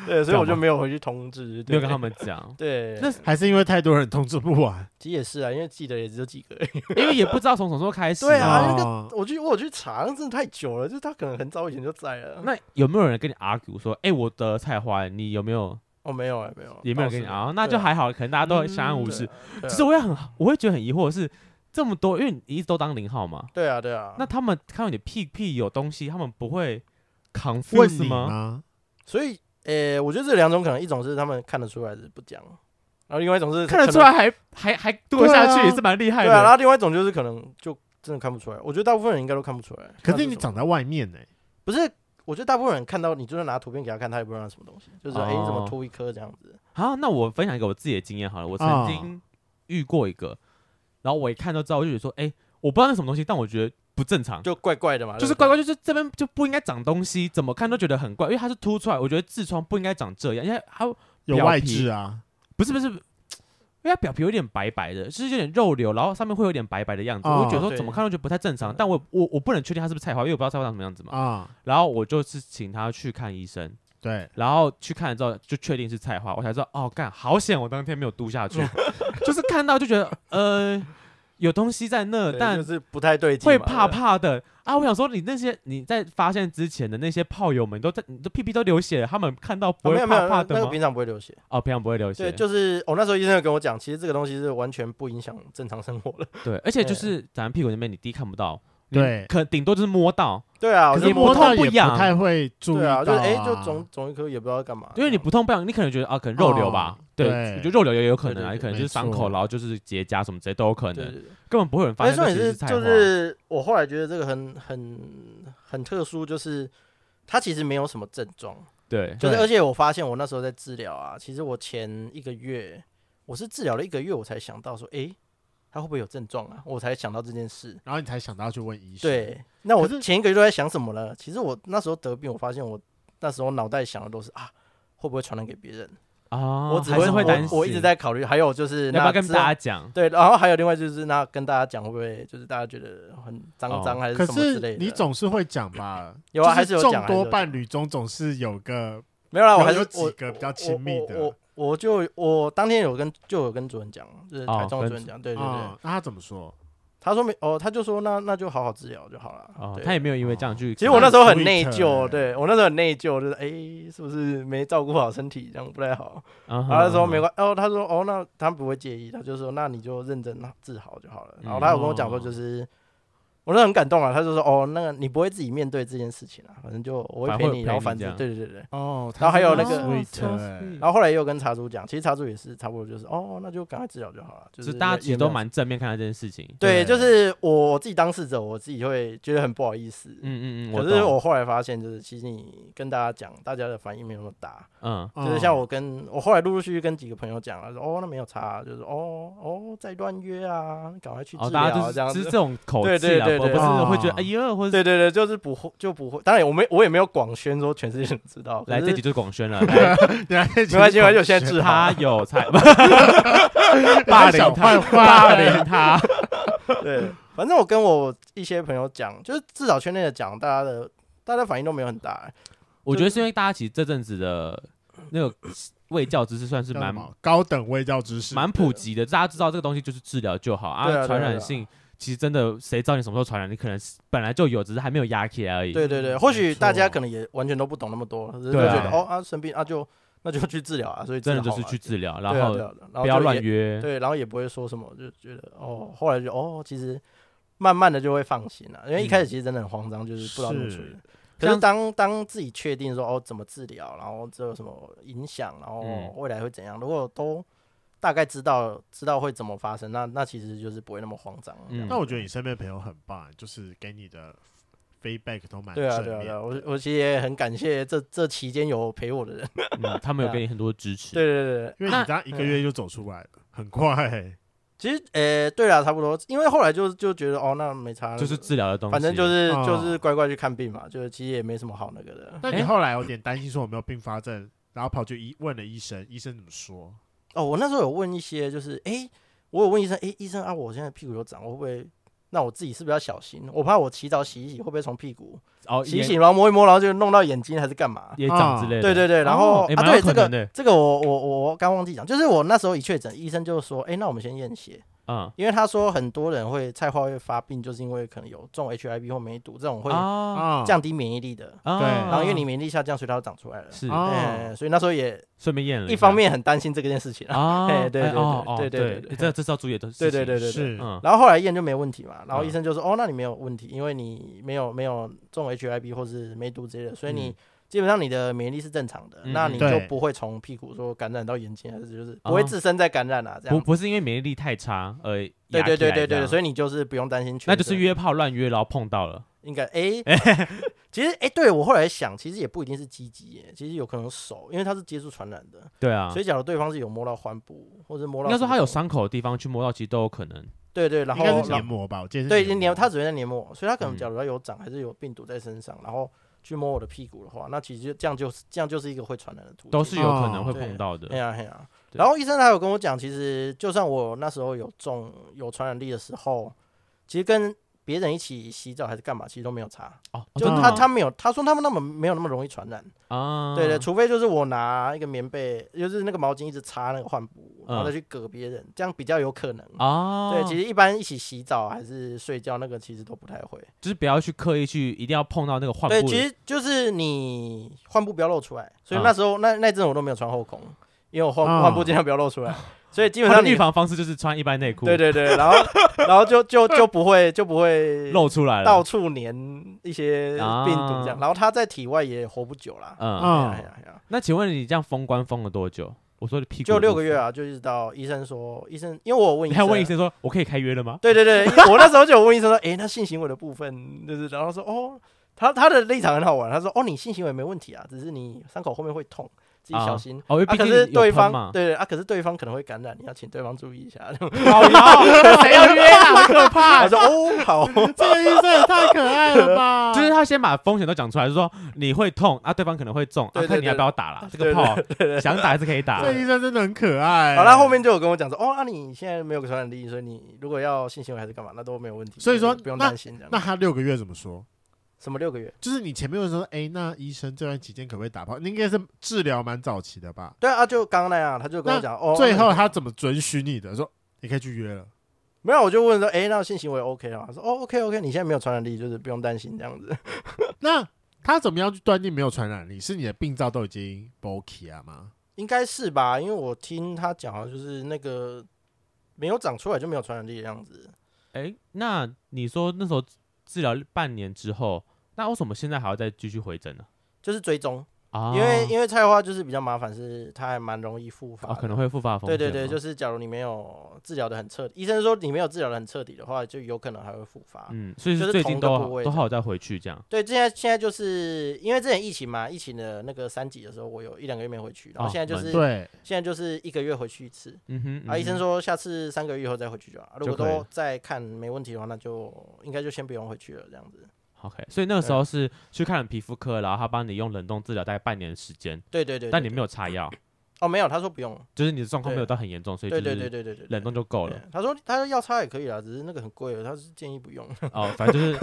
Speaker 2: 对，所以我
Speaker 3: 这样吗
Speaker 2: 就没有回去通知，
Speaker 3: 没
Speaker 2: 对
Speaker 3: 有跟他。们讲，
Speaker 2: 对，
Speaker 3: 那
Speaker 1: 还是因为太多人通知不完。
Speaker 2: 其实也是啊，因为记得也只有几个而已。
Speaker 3: 因为也不知道从什么时候开始。
Speaker 2: 对啊那个
Speaker 1: 哦，
Speaker 2: 我去，我有去查，那真的太久了，就是他可能很早以前就在了。
Speaker 3: 那有没有人跟你 argue 说，哎，我得菜花，你有没有？
Speaker 2: 哦，没有哎，没有，
Speaker 3: 也没有人
Speaker 2: 倒
Speaker 3: 跟
Speaker 2: 是啊
Speaker 3: 你 argue，那就还好，可能大家都相安无事。。
Speaker 2: 对啊
Speaker 3: 其实我也很，我会觉得很疑惑的是，这么多，因为你一直都当零号嘛，
Speaker 2: 对啊，对啊。
Speaker 3: 那他们看到你屁屁有东西，他们不会
Speaker 1: 问
Speaker 3: confuse
Speaker 1: 你
Speaker 3: 吗？
Speaker 1: 吗？
Speaker 2: 所以，呃，我觉得这两种可能，一种是他们看得出来是不讲，然后另外一种是
Speaker 3: 看得
Speaker 2: 可能
Speaker 3: 出来还还还度得下
Speaker 1: 对啊
Speaker 3: 去，也是蛮厉害
Speaker 2: 对啊，然
Speaker 3: 的。
Speaker 2: 后另外一种就是可能就真的看不出来，我觉得大部分人应该都看不出来。
Speaker 1: 可
Speaker 2: 那
Speaker 1: 是你
Speaker 2: 什么
Speaker 1: 长在外面呢，
Speaker 2: 不是，我觉得大部分人看到你，就算拿图片给他看，他也不知道那什么东西，就是
Speaker 3: 哦
Speaker 2: 哎、诶你怎么凸一颗这样子？
Speaker 3: 好，那我分享一个我自己的经验好了，我曾
Speaker 2: 啊
Speaker 1: 哦
Speaker 3: 经遇过一个，然后我一看就知道，我就觉得说，哎，我不知道那什么东西，但我觉得不正常。
Speaker 2: 就怪怪的嘛，
Speaker 3: 就是
Speaker 2: 对
Speaker 3: 怪
Speaker 2: 不
Speaker 3: 怪，
Speaker 2: 对
Speaker 3: 就是这边就不应该长东西，怎么看都觉得很怪，因为它是凸出来。我觉得痔疮不应该长这样，因为它
Speaker 1: 有
Speaker 3: 表
Speaker 1: 外
Speaker 3: 皮
Speaker 1: 痔啊？
Speaker 3: 不是不是，因为它表皮有点白白的，就是有点肉瘤，然后上面会有点白白的样子。
Speaker 1: 哦
Speaker 3: 我就觉得说
Speaker 2: 啊对
Speaker 3: 怎么看都觉得不太正常，但我我我不能确定它是不是菜花，因为我不知道菜花长什么样子嘛。
Speaker 1: 啊，
Speaker 3: 然后我就是请他去看医生，
Speaker 1: 对，
Speaker 3: 然后去看了之后就确定是菜花，我才知道哦，干好险，我当天没有嘟下去，
Speaker 2: 嗯
Speaker 3: 就是看到就觉得呃有东西在那，
Speaker 2: 对
Speaker 3: 但
Speaker 2: 就是不太对劲嘛，
Speaker 3: 会怕
Speaker 2: 对
Speaker 3: 怕的啊！我想说，你那些你在发现之前的那些炮友们都在，你的屁屁都流血了，他们看到不
Speaker 2: 哦
Speaker 3: 会
Speaker 2: 没有没
Speaker 3: 怕
Speaker 2: 有，
Speaker 3: 怕
Speaker 2: 那
Speaker 3: 的
Speaker 2: 那
Speaker 3: 吗
Speaker 2: 个？平常不会流血。
Speaker 3: 哦，平常不会流血，
Speaker 2: 对，就是我、哦、那时候医生有跟我讲，其实这个东西是完全不影响正常生活的。
Speaker 3: 对，而且
Speaker 2: 对
Speaker 3: 就是咱屁股那边你第一看不到，你
Speaker 1: 对
Speaker 3: 可顶多就是摸到，
Speaker 2: 对啊，我
Speaker 1: 可
Speaker 2: 就是
Speaker 3: 摸
Speaker 1: 摸
Speaker 3: 到
Speaker 1: 到也
Speaker 3: 不痒
Speaker 1: 太会注意
Speaker 2: 对
Speaker 1: 到
Speaker 2: 啊，
Speaker 1: 啊，
Speaker 2: 就是哎、就肿肿一颗也不知道干嘛，
Speaker 3: 因为你不痛不痒，你可能觉得啊，可能肉瘤吧
Speaker 1: 哦，
Speaker 3: 对，
Speaker 1: 对
Speaker 3: 我觉得肉瘤也有可能啊，
Speaker 2: 对对对
Speaker 3: 也可能就是
Speaker 1: 没
Speaker 3: 伤口，
Speaker 1: 错
Speaker 3: 然后就是结痂什么之类都有可
Speaker 2: 对
Speaker 3: 能
Speaker 2: 对，对。
Speaker 3: 根本不会有人发
Speaker 2: 但
Speaker 3: 现
Speaker 2: 是重
Speaker 3: 这
Speaker 2: 点
Speaker 3: 其实
Speaker 2: 是，
Speaker 3: 菜花。
Speaker 2: 就是我后来觉得这个很很很特殊，就是它其实没有什么症状，
Speaker 3: 对，
Speaker 2: 就是
Speaker 1: 对
Speaker 2: 而且我发现我那时候在治疗啊，其实我前一个月我是治疗了一个月，我才想到说，诶，他会不会有症状啊？我才想到这件事。
Speaker 1: 然后你才想到去问医生。，
Speaker 2: 对，那我
Speaker 1: 可是
Speaker 2: 前一个月都在想什么了？其实我那时候得病，我发现我那时候脑袋想的都是啊，会不会传染给别人？
Speaker 3: 啊，
Speaker 2: 我只
Speaker 3: 还是会
Speaker 2: 我
Speaker 3: 担心。
Speaker 2: 我一直在考虑，还有就是
Speaker 3: 要不
Speaker 2: 那
Speaker 3: 要跟
Speaker 2: 之
Speaker 3: 大
Speaker 2: 后
Speaker 3: 家讲？
Speaker 2: 对，然后还有另外就是那跟大家讲会不会就是大家觉得很脏脏
Speaker 3: 哦
Speaker 2: 还是
Speaker 1: 可
Speaker 2: 什么之类
Speaker 1: 是
Speaker 2: 的？
Speaker 1: 你总是会讲吧？
Speaker 2: 有啊
Speaker 1: 就
Speaker 2: 还是有讲
Speaker 1: 众
Speaker 2: 还是有
Speaker 1: 多
Speaker 2: 讲
Speaker 1: 伴侣中总是有个，
Speaker 2: 没有啦，我还
Speaker 1: 有
Speaker 2: 是
Speaker 1: 几
Speaker 2: 我
Speaker 1: 个比较亲密
Speaker 2: 我
Speaker 1: 的
Speaker 2: 我。我我就我当天有跟就有跟主任讲，就是
Speaker 3: 哦
Speaker 2: 台中的
Speaker 3: 跟
Speaker 2: 主任讲，对对对
Speaker 1: 啊，，那他怎么说？
Speaker 2: 他说没哦，他就说那那就好好治疗就好了。
Speaker 3: 哦
Speaker 2: 对，
Speaker 3: 他也没有因为这样去。
Speaker 2: 其实我那时候很
Speaker 1: sweet
Speaker 2: 内疚，
Speaker 1: 欸
Speaker 2: 对我那时候很内疚，就是哎、诶是不是没照顾好身体，这样不太 好。
Speaker 3: 嗯哼，
Speaker 2: 然后他说
Speaker 3: 嗯哼
Speaker 2: 没关，哦，他说哦，那他不会介意，他就说那你就认真治好就好了。
Speaker 3: 嗯
Speaker 2: 然后他有跟我讲说，就是、我那很感动啊，他就说哦，那个你不会自己面对这件事情啊，反正就我会
Speaker 3: 反
Speaker 2: 陪
Speaker 3: 正会
Speaker 2: 你，
Speaker 3: 陪
Speaker 2: 然后
Speaker 3: 你
Speaker 2: 反
Speaker 3: 这
Speaker 2: 正
Speaker 3: 样
Speaker 2: 对对对对。
Speaker 1: 哦，
Speaker 2: 然后还有那个
Speaker 1: s
Speaker 3: so
Speaker 1: 欸
Speaker 3: 嗯
Speaker 2: 然
Speaker 3: sweet
Speaker 2: 后后来又跟茶主讲，其实茶主也是差不多，就是哦，那就赶快治疗就好了。就
Speaker 3: 就是
Speaker 2: 是
Speaker 3: 大家
Speaker 2: 也
Speaker 3: 其实
Speaker 2: 也
Speaker 3: 都
Speaker 2: 没有
Speaker 3: 蛮正面看待这件事情。
Speaker 2: 对，
Speaker 1: 对
Speaker 2: 就是我自己当事者，我自己会觉得很不好意思。
Speaker 3: 嗯嗯嗯，
Speaker 2: 可是
Speaker 3: 懂
Speaker 2: 我后来发现，就是其实你跟大家讲，大家的反应没有那么大。
Speaker 3: 嗯
Speaker 2: 就是像我跟我后来陆陆续续跟几个朋友讲了，说哦那没有差啊，就是哦哦再乱约啊，赶快去治
Speaker 3: 哦，
Speaker 2: 疗
Speaker 3: 大
Speaker 2: 啊这
Speaker 3: 家就
Speaker 2: 样
Speaker 3: 是是
Speaker 2: 子
Speaker 3: 这。种口
Speaker 2: 对
Speaker 3: 气
Speaker 2: 对
Speaker 3: 啊，
Speaker 2: 对对
Speaker 3: 不不是会觉得
Speaker 1: 啊
Speaker 3: 哎呀，或者
Speaker 2: 对对对，就是不会就不会，当然我没我也没有广宣说全世界人知道，
Speaker 3: 来
Speaker 2: 可
Speaker 3: 这
Speaker 2: 是
Speaker 3: 集就是广 宣了，
Speaker 1: 原来
Speaker 2: 没关系，没关系，我现在治好
Speaker 3: 他
Speaker 2: 了。
Speaker 3: 有才 霸
Speaker 1: 霸
Speaker 3: 凌
Speaker 1: 凌
Speaker 3: 他
Speaker 1: 坏，
Speaker 3: 霸
Speaker 1: 话，
Speaker 3: 凌他，
Speaker 2: 对，反正我跟我一些朋友讲，就是至少圈内的讲，大家的大家反应都没有很大、欸
Speaker 3: 我觉得是因为大家其实这阵子的那个卫教知识算是
Speaker 1: 叫
Speaker 3: 蛮
Speaker 1: 什么高等卫教知识，
Speaker 3: 蛮普及的，大家知道这个东西就是治疗就好
Speaker 2: 对啊对啊
Speaker 3: 啊，传染性。其实真的，谁知道你什么时候传染？你可能是本来就有，只是还没有压起来而已。
Speaker 2: 对对对，
Speaker 1: 嗯
Speaker 2: 或
Speaker 1: 没
Speaker 2: 许大家
Speaker 1: 错
Speaker 2: 可能也完全都不懂那么多，只是就
Speaker 3: 对
Speaker 2: 觉
Speaker 3: 啊
Speaker 2: 得哦啊生病啊就那就去治疗啊，所以
Speaker 3: 真的
Speaker 2: 治
Speaker 3: 就
Speaker 2: 好
Speaker 3: 是
Speaker 2: 啊
Speaker 3: 去治疗，然
Speaker 2: 对啊
Speaker 3: 后
Speaker 2: 对啊然后
Speaker 3: 不要
Speaker 2: 就
Speaker 3: 乱
Speaker 2: 也
Speaker 3: 约。
Speaker 2: 对，然后也不会说什么，就觉得哦，后来就哦，其实慢慢的就会放心了、因为一开始其实真的很慌张，就是不知道怎么处理
Speaker 1: 是。
Speaker 2: 可是
Speaker 3: 嗯像
Speaker 2: 当当自己确定说哦怎么治疗，然后这有什么影响，然后
Speaker 3: 嗯
Speaker 2: 未来会怎样，如果都大概知道知道会怎么发生，那那其实就是不会那么慌张了。
Speaker 3: 嗯
Speaker 2: 嗯，
Speaker 1: 那我觉得你身边的朋友很棒，欸就是给你的 feedback 都蛮
Speaker 2: 对啊
Speaker 1: 正
Speaker 2: 对啊对
Speaker 1: 面。
Speaker 2: 啊，我我其实也很感谢这这期间有陪我的人。
Speaker 3: 嗯，他们有给你很多支持。
Speaker 2: 对对对对，
Speaker 1: 因为你这样一个
Speaker 2: 嗯
Speaker 1: 月就走出来了，很快欸。
Speaker 2: 其实呃对啦，差不多，因为后来就就觉得哦那没差了，
Speaker 3: 就是治疗的东西，
Speaker 2: 反正就是
Speaker 1: 哦
Speaker 2: 就是乖乖去看病嘛，就是其实也没什么好那个的。
Speaker 1: 那你
Speaker 3: 哎
Speaker 1: 后来有点担心说我没有并发症，然后跑去医问了医生，医生怎么说？
Speaker 2: 哦，我那时候有问一些，就是诶，我有问医生，诶，医生啊，我现在屁股有长，我会不会？那我自己是不是要小心？我怕我洗澡洗一洗，会不会从屁股
Speaker 3: 哦，
Speaker 2: 洗一
Speaker 3: 也
Speaker 2: 洗，然后摸一摸，然后就弄到眼睛还是干嘛？
Speaker 3: 也长之类的。
Speaker 2: 对对对，然后、
Speaker 3: 哦诶
Speaker 2: 啊，
Speaker 3: 蛮
Speaker 2: 对
Speaker 3: 有可
Speaker 2: 这
Speaker 3: 能
Speaker 2: 个
Speaker 3: 的，
Speaker 2: 这个我我我我刚忘记讲，就是我那时候一确诊，医生就说，诶，那我们先验血，
Speaker 3: 嗯，
Speaker 2: 因为他说很多人会菜花会发病，就是因为可能有中 HIV 或梅哦毒这种会
Speaker 3: 啊，
Speaker 1: 啊，
Speaker 2: 降低免疫力的，
Speaker 3: 啊
Speaker 1: 对
Speaker 2: 然后因为你免疫力下降，所以它就长出来了。
Speaker 3: 是
Speaker 1: 哦
Speaker 2: 哎，所以那时候也
Speaker 3: 顺便验了
Speaker 2: 一
Speaker 3: 下
Speaker 2: 方面很担心这个件事情啊。
Speaker 3: 啊，
Speaker 2: 嘿对
Speaker 3: 哎
Speaker 2: 对
Speaker 3: 哦
Speaker 2: 对
Speaker 3: 哦
Speaker 2: 对对
Speaker 3: 对
Speaker 2: 对
Speaker 3: 这这是要注意的东西。
Speaker 2: 对对对对对。
Speaker 1: 是
Speaker 3: 嗯，
Speaker 2: 然后后来验就没问题嘛，然后
Speaker 3: 嗯
Speaker 2: 医生就说：“哦，那你没有问题，因为你没有没有中 HIV 或是梅毒之类的，所以你
Speaker 3: 嗯
Speaker 2: 基本上你的免疫力是正常的，
Speaker 3: 嗯
Speaker 2: 那
Speaker 3: 嗯
Speaker 2: 你就
Speaker 1: 对
Speaker 2: 不会从屁股说感染到眼睛，还是就是
Speaker 3: 哦
Speaker 2: 不会自身再感染啊，这
Speaker 3: 不
Speaker 2: 样。
Speaker 3: 不是因为免疫力太差而
Speaker 2: 对对对对对，
Speaker 3: 以
Speaker 2: 所以你就是不用担心全身。
Speaker 3: 那就是约炮乱约，然后碰到了
Speaker 2: 应该 哎，其实哎，对我后来想，其实也不一定是鸡鸡耶，其实有可能手，因为它是接触传染的，
Speaker 3: 对啊
Speaker 2: 所。以假如对方是有摸到患部或者摸到什么，
Speaker 3: 应该说他有伤口的地方去摸到，其实都有可能。
Speaker 2: 对对，然后
Speaker 1: 应该是
Speaker 2: 然
Speaker 1: 黏膜吧？我记得是
Speaker 2: 对，
Speaker 1: 黏
Speaker 2: 黏
Speaker 1: 膜
Speaker 2: 它只会在黏膜，所以它可能
Speaker 3: 嗯
Speaker 2: 假如它有长还是有病毒在身上，然后去摸我的屁股的话，那其实就这样就是这样就是一个会传染的途径，
Speaker 3: 都是有可能
Speaker 1: 哦
Speaker 3: 会
Speaker 2: 对
Speaker 3: 碰到
Speaker 2: 哎
Speaker 3: 的，
Speaker 2: 呀哎呀。
Speaker 3: 对
Speaker 2: 然后医生还有跟我讲，其实就算我那时候有中有传染力的时候，其实跟别人一起洗澡还是干嘛，其实都没有差。
Speaker 3: 哦，
Speaker 2: 就
Speaker 1: 真的
Speaker 2: 他
Speaker 1: 吗
Speaker 2: 他没有，他说他们那么没有那么容易传染。
Speaker 3: 啊，
Speaker 2: 对对，除非就是我拿一个棉被，就是那个毛巾一直擦那个患部，然后
Speaker 3: 嗯
Speaker 2: 再去隔别人，这样比较有可能。
Speaker 3: 啊，
Speaker 2: 对，其实一般一起洗澡还是睡觉，那个其实都不太会。
Speaker 3: 就是不要去刻意去，一定要碰到那个患
Speaker 2: 对，
Speaker 3: 部
Speaker 2: 其
Speaker 3: 的
Speaker 2: 实就是你换布不要露出来，所以
Speaker 3: 啊
Speaker 2: 那时候、那那阵我都没有穿后空，因为我换
Speaker 1: 啊
Speaker 2: 换布尽量不要露出来，所以基本
Speaker 3: 他
Speaker 2: 上
Speaker 3: 的
Speaker 2: 你
Speaker 3: 预。防方式就是穿一般内裤，
Speaker 2: 对对对，然后然后就就就不会就不会
Speaker 3: 露出来
Speaker 2: 到
Speaker 3: 了，
Speaker 2: 处粘一些病毒这样，
Speaker 3: 啊
Speaker 2: 然后它在体外也活不久啦。
Speaker 3: 嗯，
Speaker 2: 哎呀哎
Speaker 1: 嗯，
Speaker 2: 呀哎呀
Speaker 3: 那请问你这样封关封了多久？我说的屁股
Speaker 2: 就
Speaker 3: 的
Speaker 2: 六
Speaker 3: 部
Speaker 2: 个月
Speaker 3: 分，
Speaker 2: 啊，就一直到医生说，医生因为我有问医
Speaker 3: 你还
Speaker 2: 生，
Speaker 3: 问医生说我可以开约了吗？
Speaker 2: 对对对，我那时候就有问医生说，哎诶，那性行为的部分，就是然后说，哦，他他的立场很好玩，他说，哦，你性行为没问题啊，只是你伤口后面会痛，自己小心。
Speaker 3: 哦，因为
Speaker 2: 啊，
Speaker 3: 毕
Speaker 2: 可
Speaker 3: 竟
Speaker 2: 是
Speaker 3: 有
Speaker 2: 对
Speaker 3: 喷嘛
Speaker 2: 方，对啊，可是对方可能会感染，你要请对方注意一下。
Speaker 3: 好哟，谁要约
Speaker 2: 哎
Speaker 3: 啊？好可怕
Speaker 2: 他！说哦，好，
Speaker 1: 这个医生也太可爱了 吧！
Speaker 3: 就是他先把风险都讲出来，就说你会痛啊，对方可能会中，啊
Speaker 2: 对对
Speaker 3: 看你要不要打啦。这个炮想打还是可以打
Speaker 1: 这，医生真的很可爱。
Speaker 2: 好，那后面就有跟我讲说，哦，那、你现在没有传染力，所以你如果要性行为还是干嘛，那都没有问题，
Speaker 1: 所以说
Speaker 2: 不用
Speaker 1: 那
Speaker 2: 担心这
Speaker 1: 那
Speaker 2: 样。
Speaker 1: 他六个月怎么说？
Speaker 2: 什么六个月？
Speaker 1: 就是你前面问说，哎、那医生这段期间可不可以打炮？那应该是治疗蛮早期的吧？
Speaker 2: 对啊，就刚刚那样，他就跟我讲，哦，
Speaker 1: 最后
Speaker 2: 那
Speaker 1: 他怎么准许你的？说你可以去约了。
Speaker 2: 没有，我就问说，哎、那性行为 OK 了吗？他说，哦，OK OK，你现在没有传染力，就是不用担心这样子。
Speaker 1: 那他怎么样去断定没有传染力？是你的病灶都已经 b o k 啊吗？
Speaker 2: 应该是吧，因为我听他讲，好像就是那个没有长出来就没有传染力的样子。
Speaker 3: 哎，那你说那时候治疗半年之后，那为什么现在还要再继续回诊呢？
Speaker 2: 就是追踪，
Speaker 3: 啊，
Speaker 2: 因为因为菜花就是比较麻烦，是它还蛮容易复发的、
Speaker 3: 哦可能会复发风
Speaker 2: 对
Speaker 3: 险。
Speaker 2: 对对，就是是假如你没有治疗的很彻底，医生说你没有治疗的很彻底的话，就有可能还会复发。
Speaker 3: 嗯，所以
Speaker 2: 就是是
Speaker 3: 最
Speaker 2: 同
Speaker 3: 近
Speaker 2: 个
Speaker 3: 都
Speaker 2: 部
Speaker 3: 好
Speaker 2: 位
Speaker 3: 都
Speaker 2: 的
Speaker 3: 好再回去这样。
Speaker 2: 对，现在现在就是因为之前疫情嘛，疫情的那个三级的时候，我有一两个月没回去，然后
Speaker 3: 哦
Speaker 2: 现在就
Speaker 3: 蛮
Speaker 2: 是、
Speaker 1: 对，
Speaker 2: 现在就是一个月回去一次。
Speaker 3: 嗯哼，
Speaker 2: 啊，
Speaker 3: 嗯
Speaker 2: 医生
Speaker 3: 哼
Speaker 2: 说下次三个月以后再回去就好。啊如
Speaker 3: 就
Speaker 2: 果
Speaker 3: 可以
Speaker 2: 都
Speaker 3: 了
Speaker 2: 再看没问题的话，那就应该就先不用回去了，这样子。
Speaker 3: OK，所以那个时
Speaker 2: 对
Speaker 3: 候是去看了皮肤科，然后他帮你用冷冻治疗大概半年的时间，
Speaker 2: 对对对对
Speaker 3: 但你没有擦药，
Speaker 2: 哦，没有，他说不用。
Speaker 3: 就是你的状况没有
Speaker 2: 对
Speaker 3: 到很严重，所以就
Speaker 2: 对对对
Speaker 3: 是
Speaker 2: 对对对，
Speaker 3: 冷冻就够
Speaker 2: 够
Speaker 3: 了。。
Speaker 2: 他说他说要擦也可以啦，只是那个很贵了，他是建议不 用。
Speaker 3: 哦，反正就是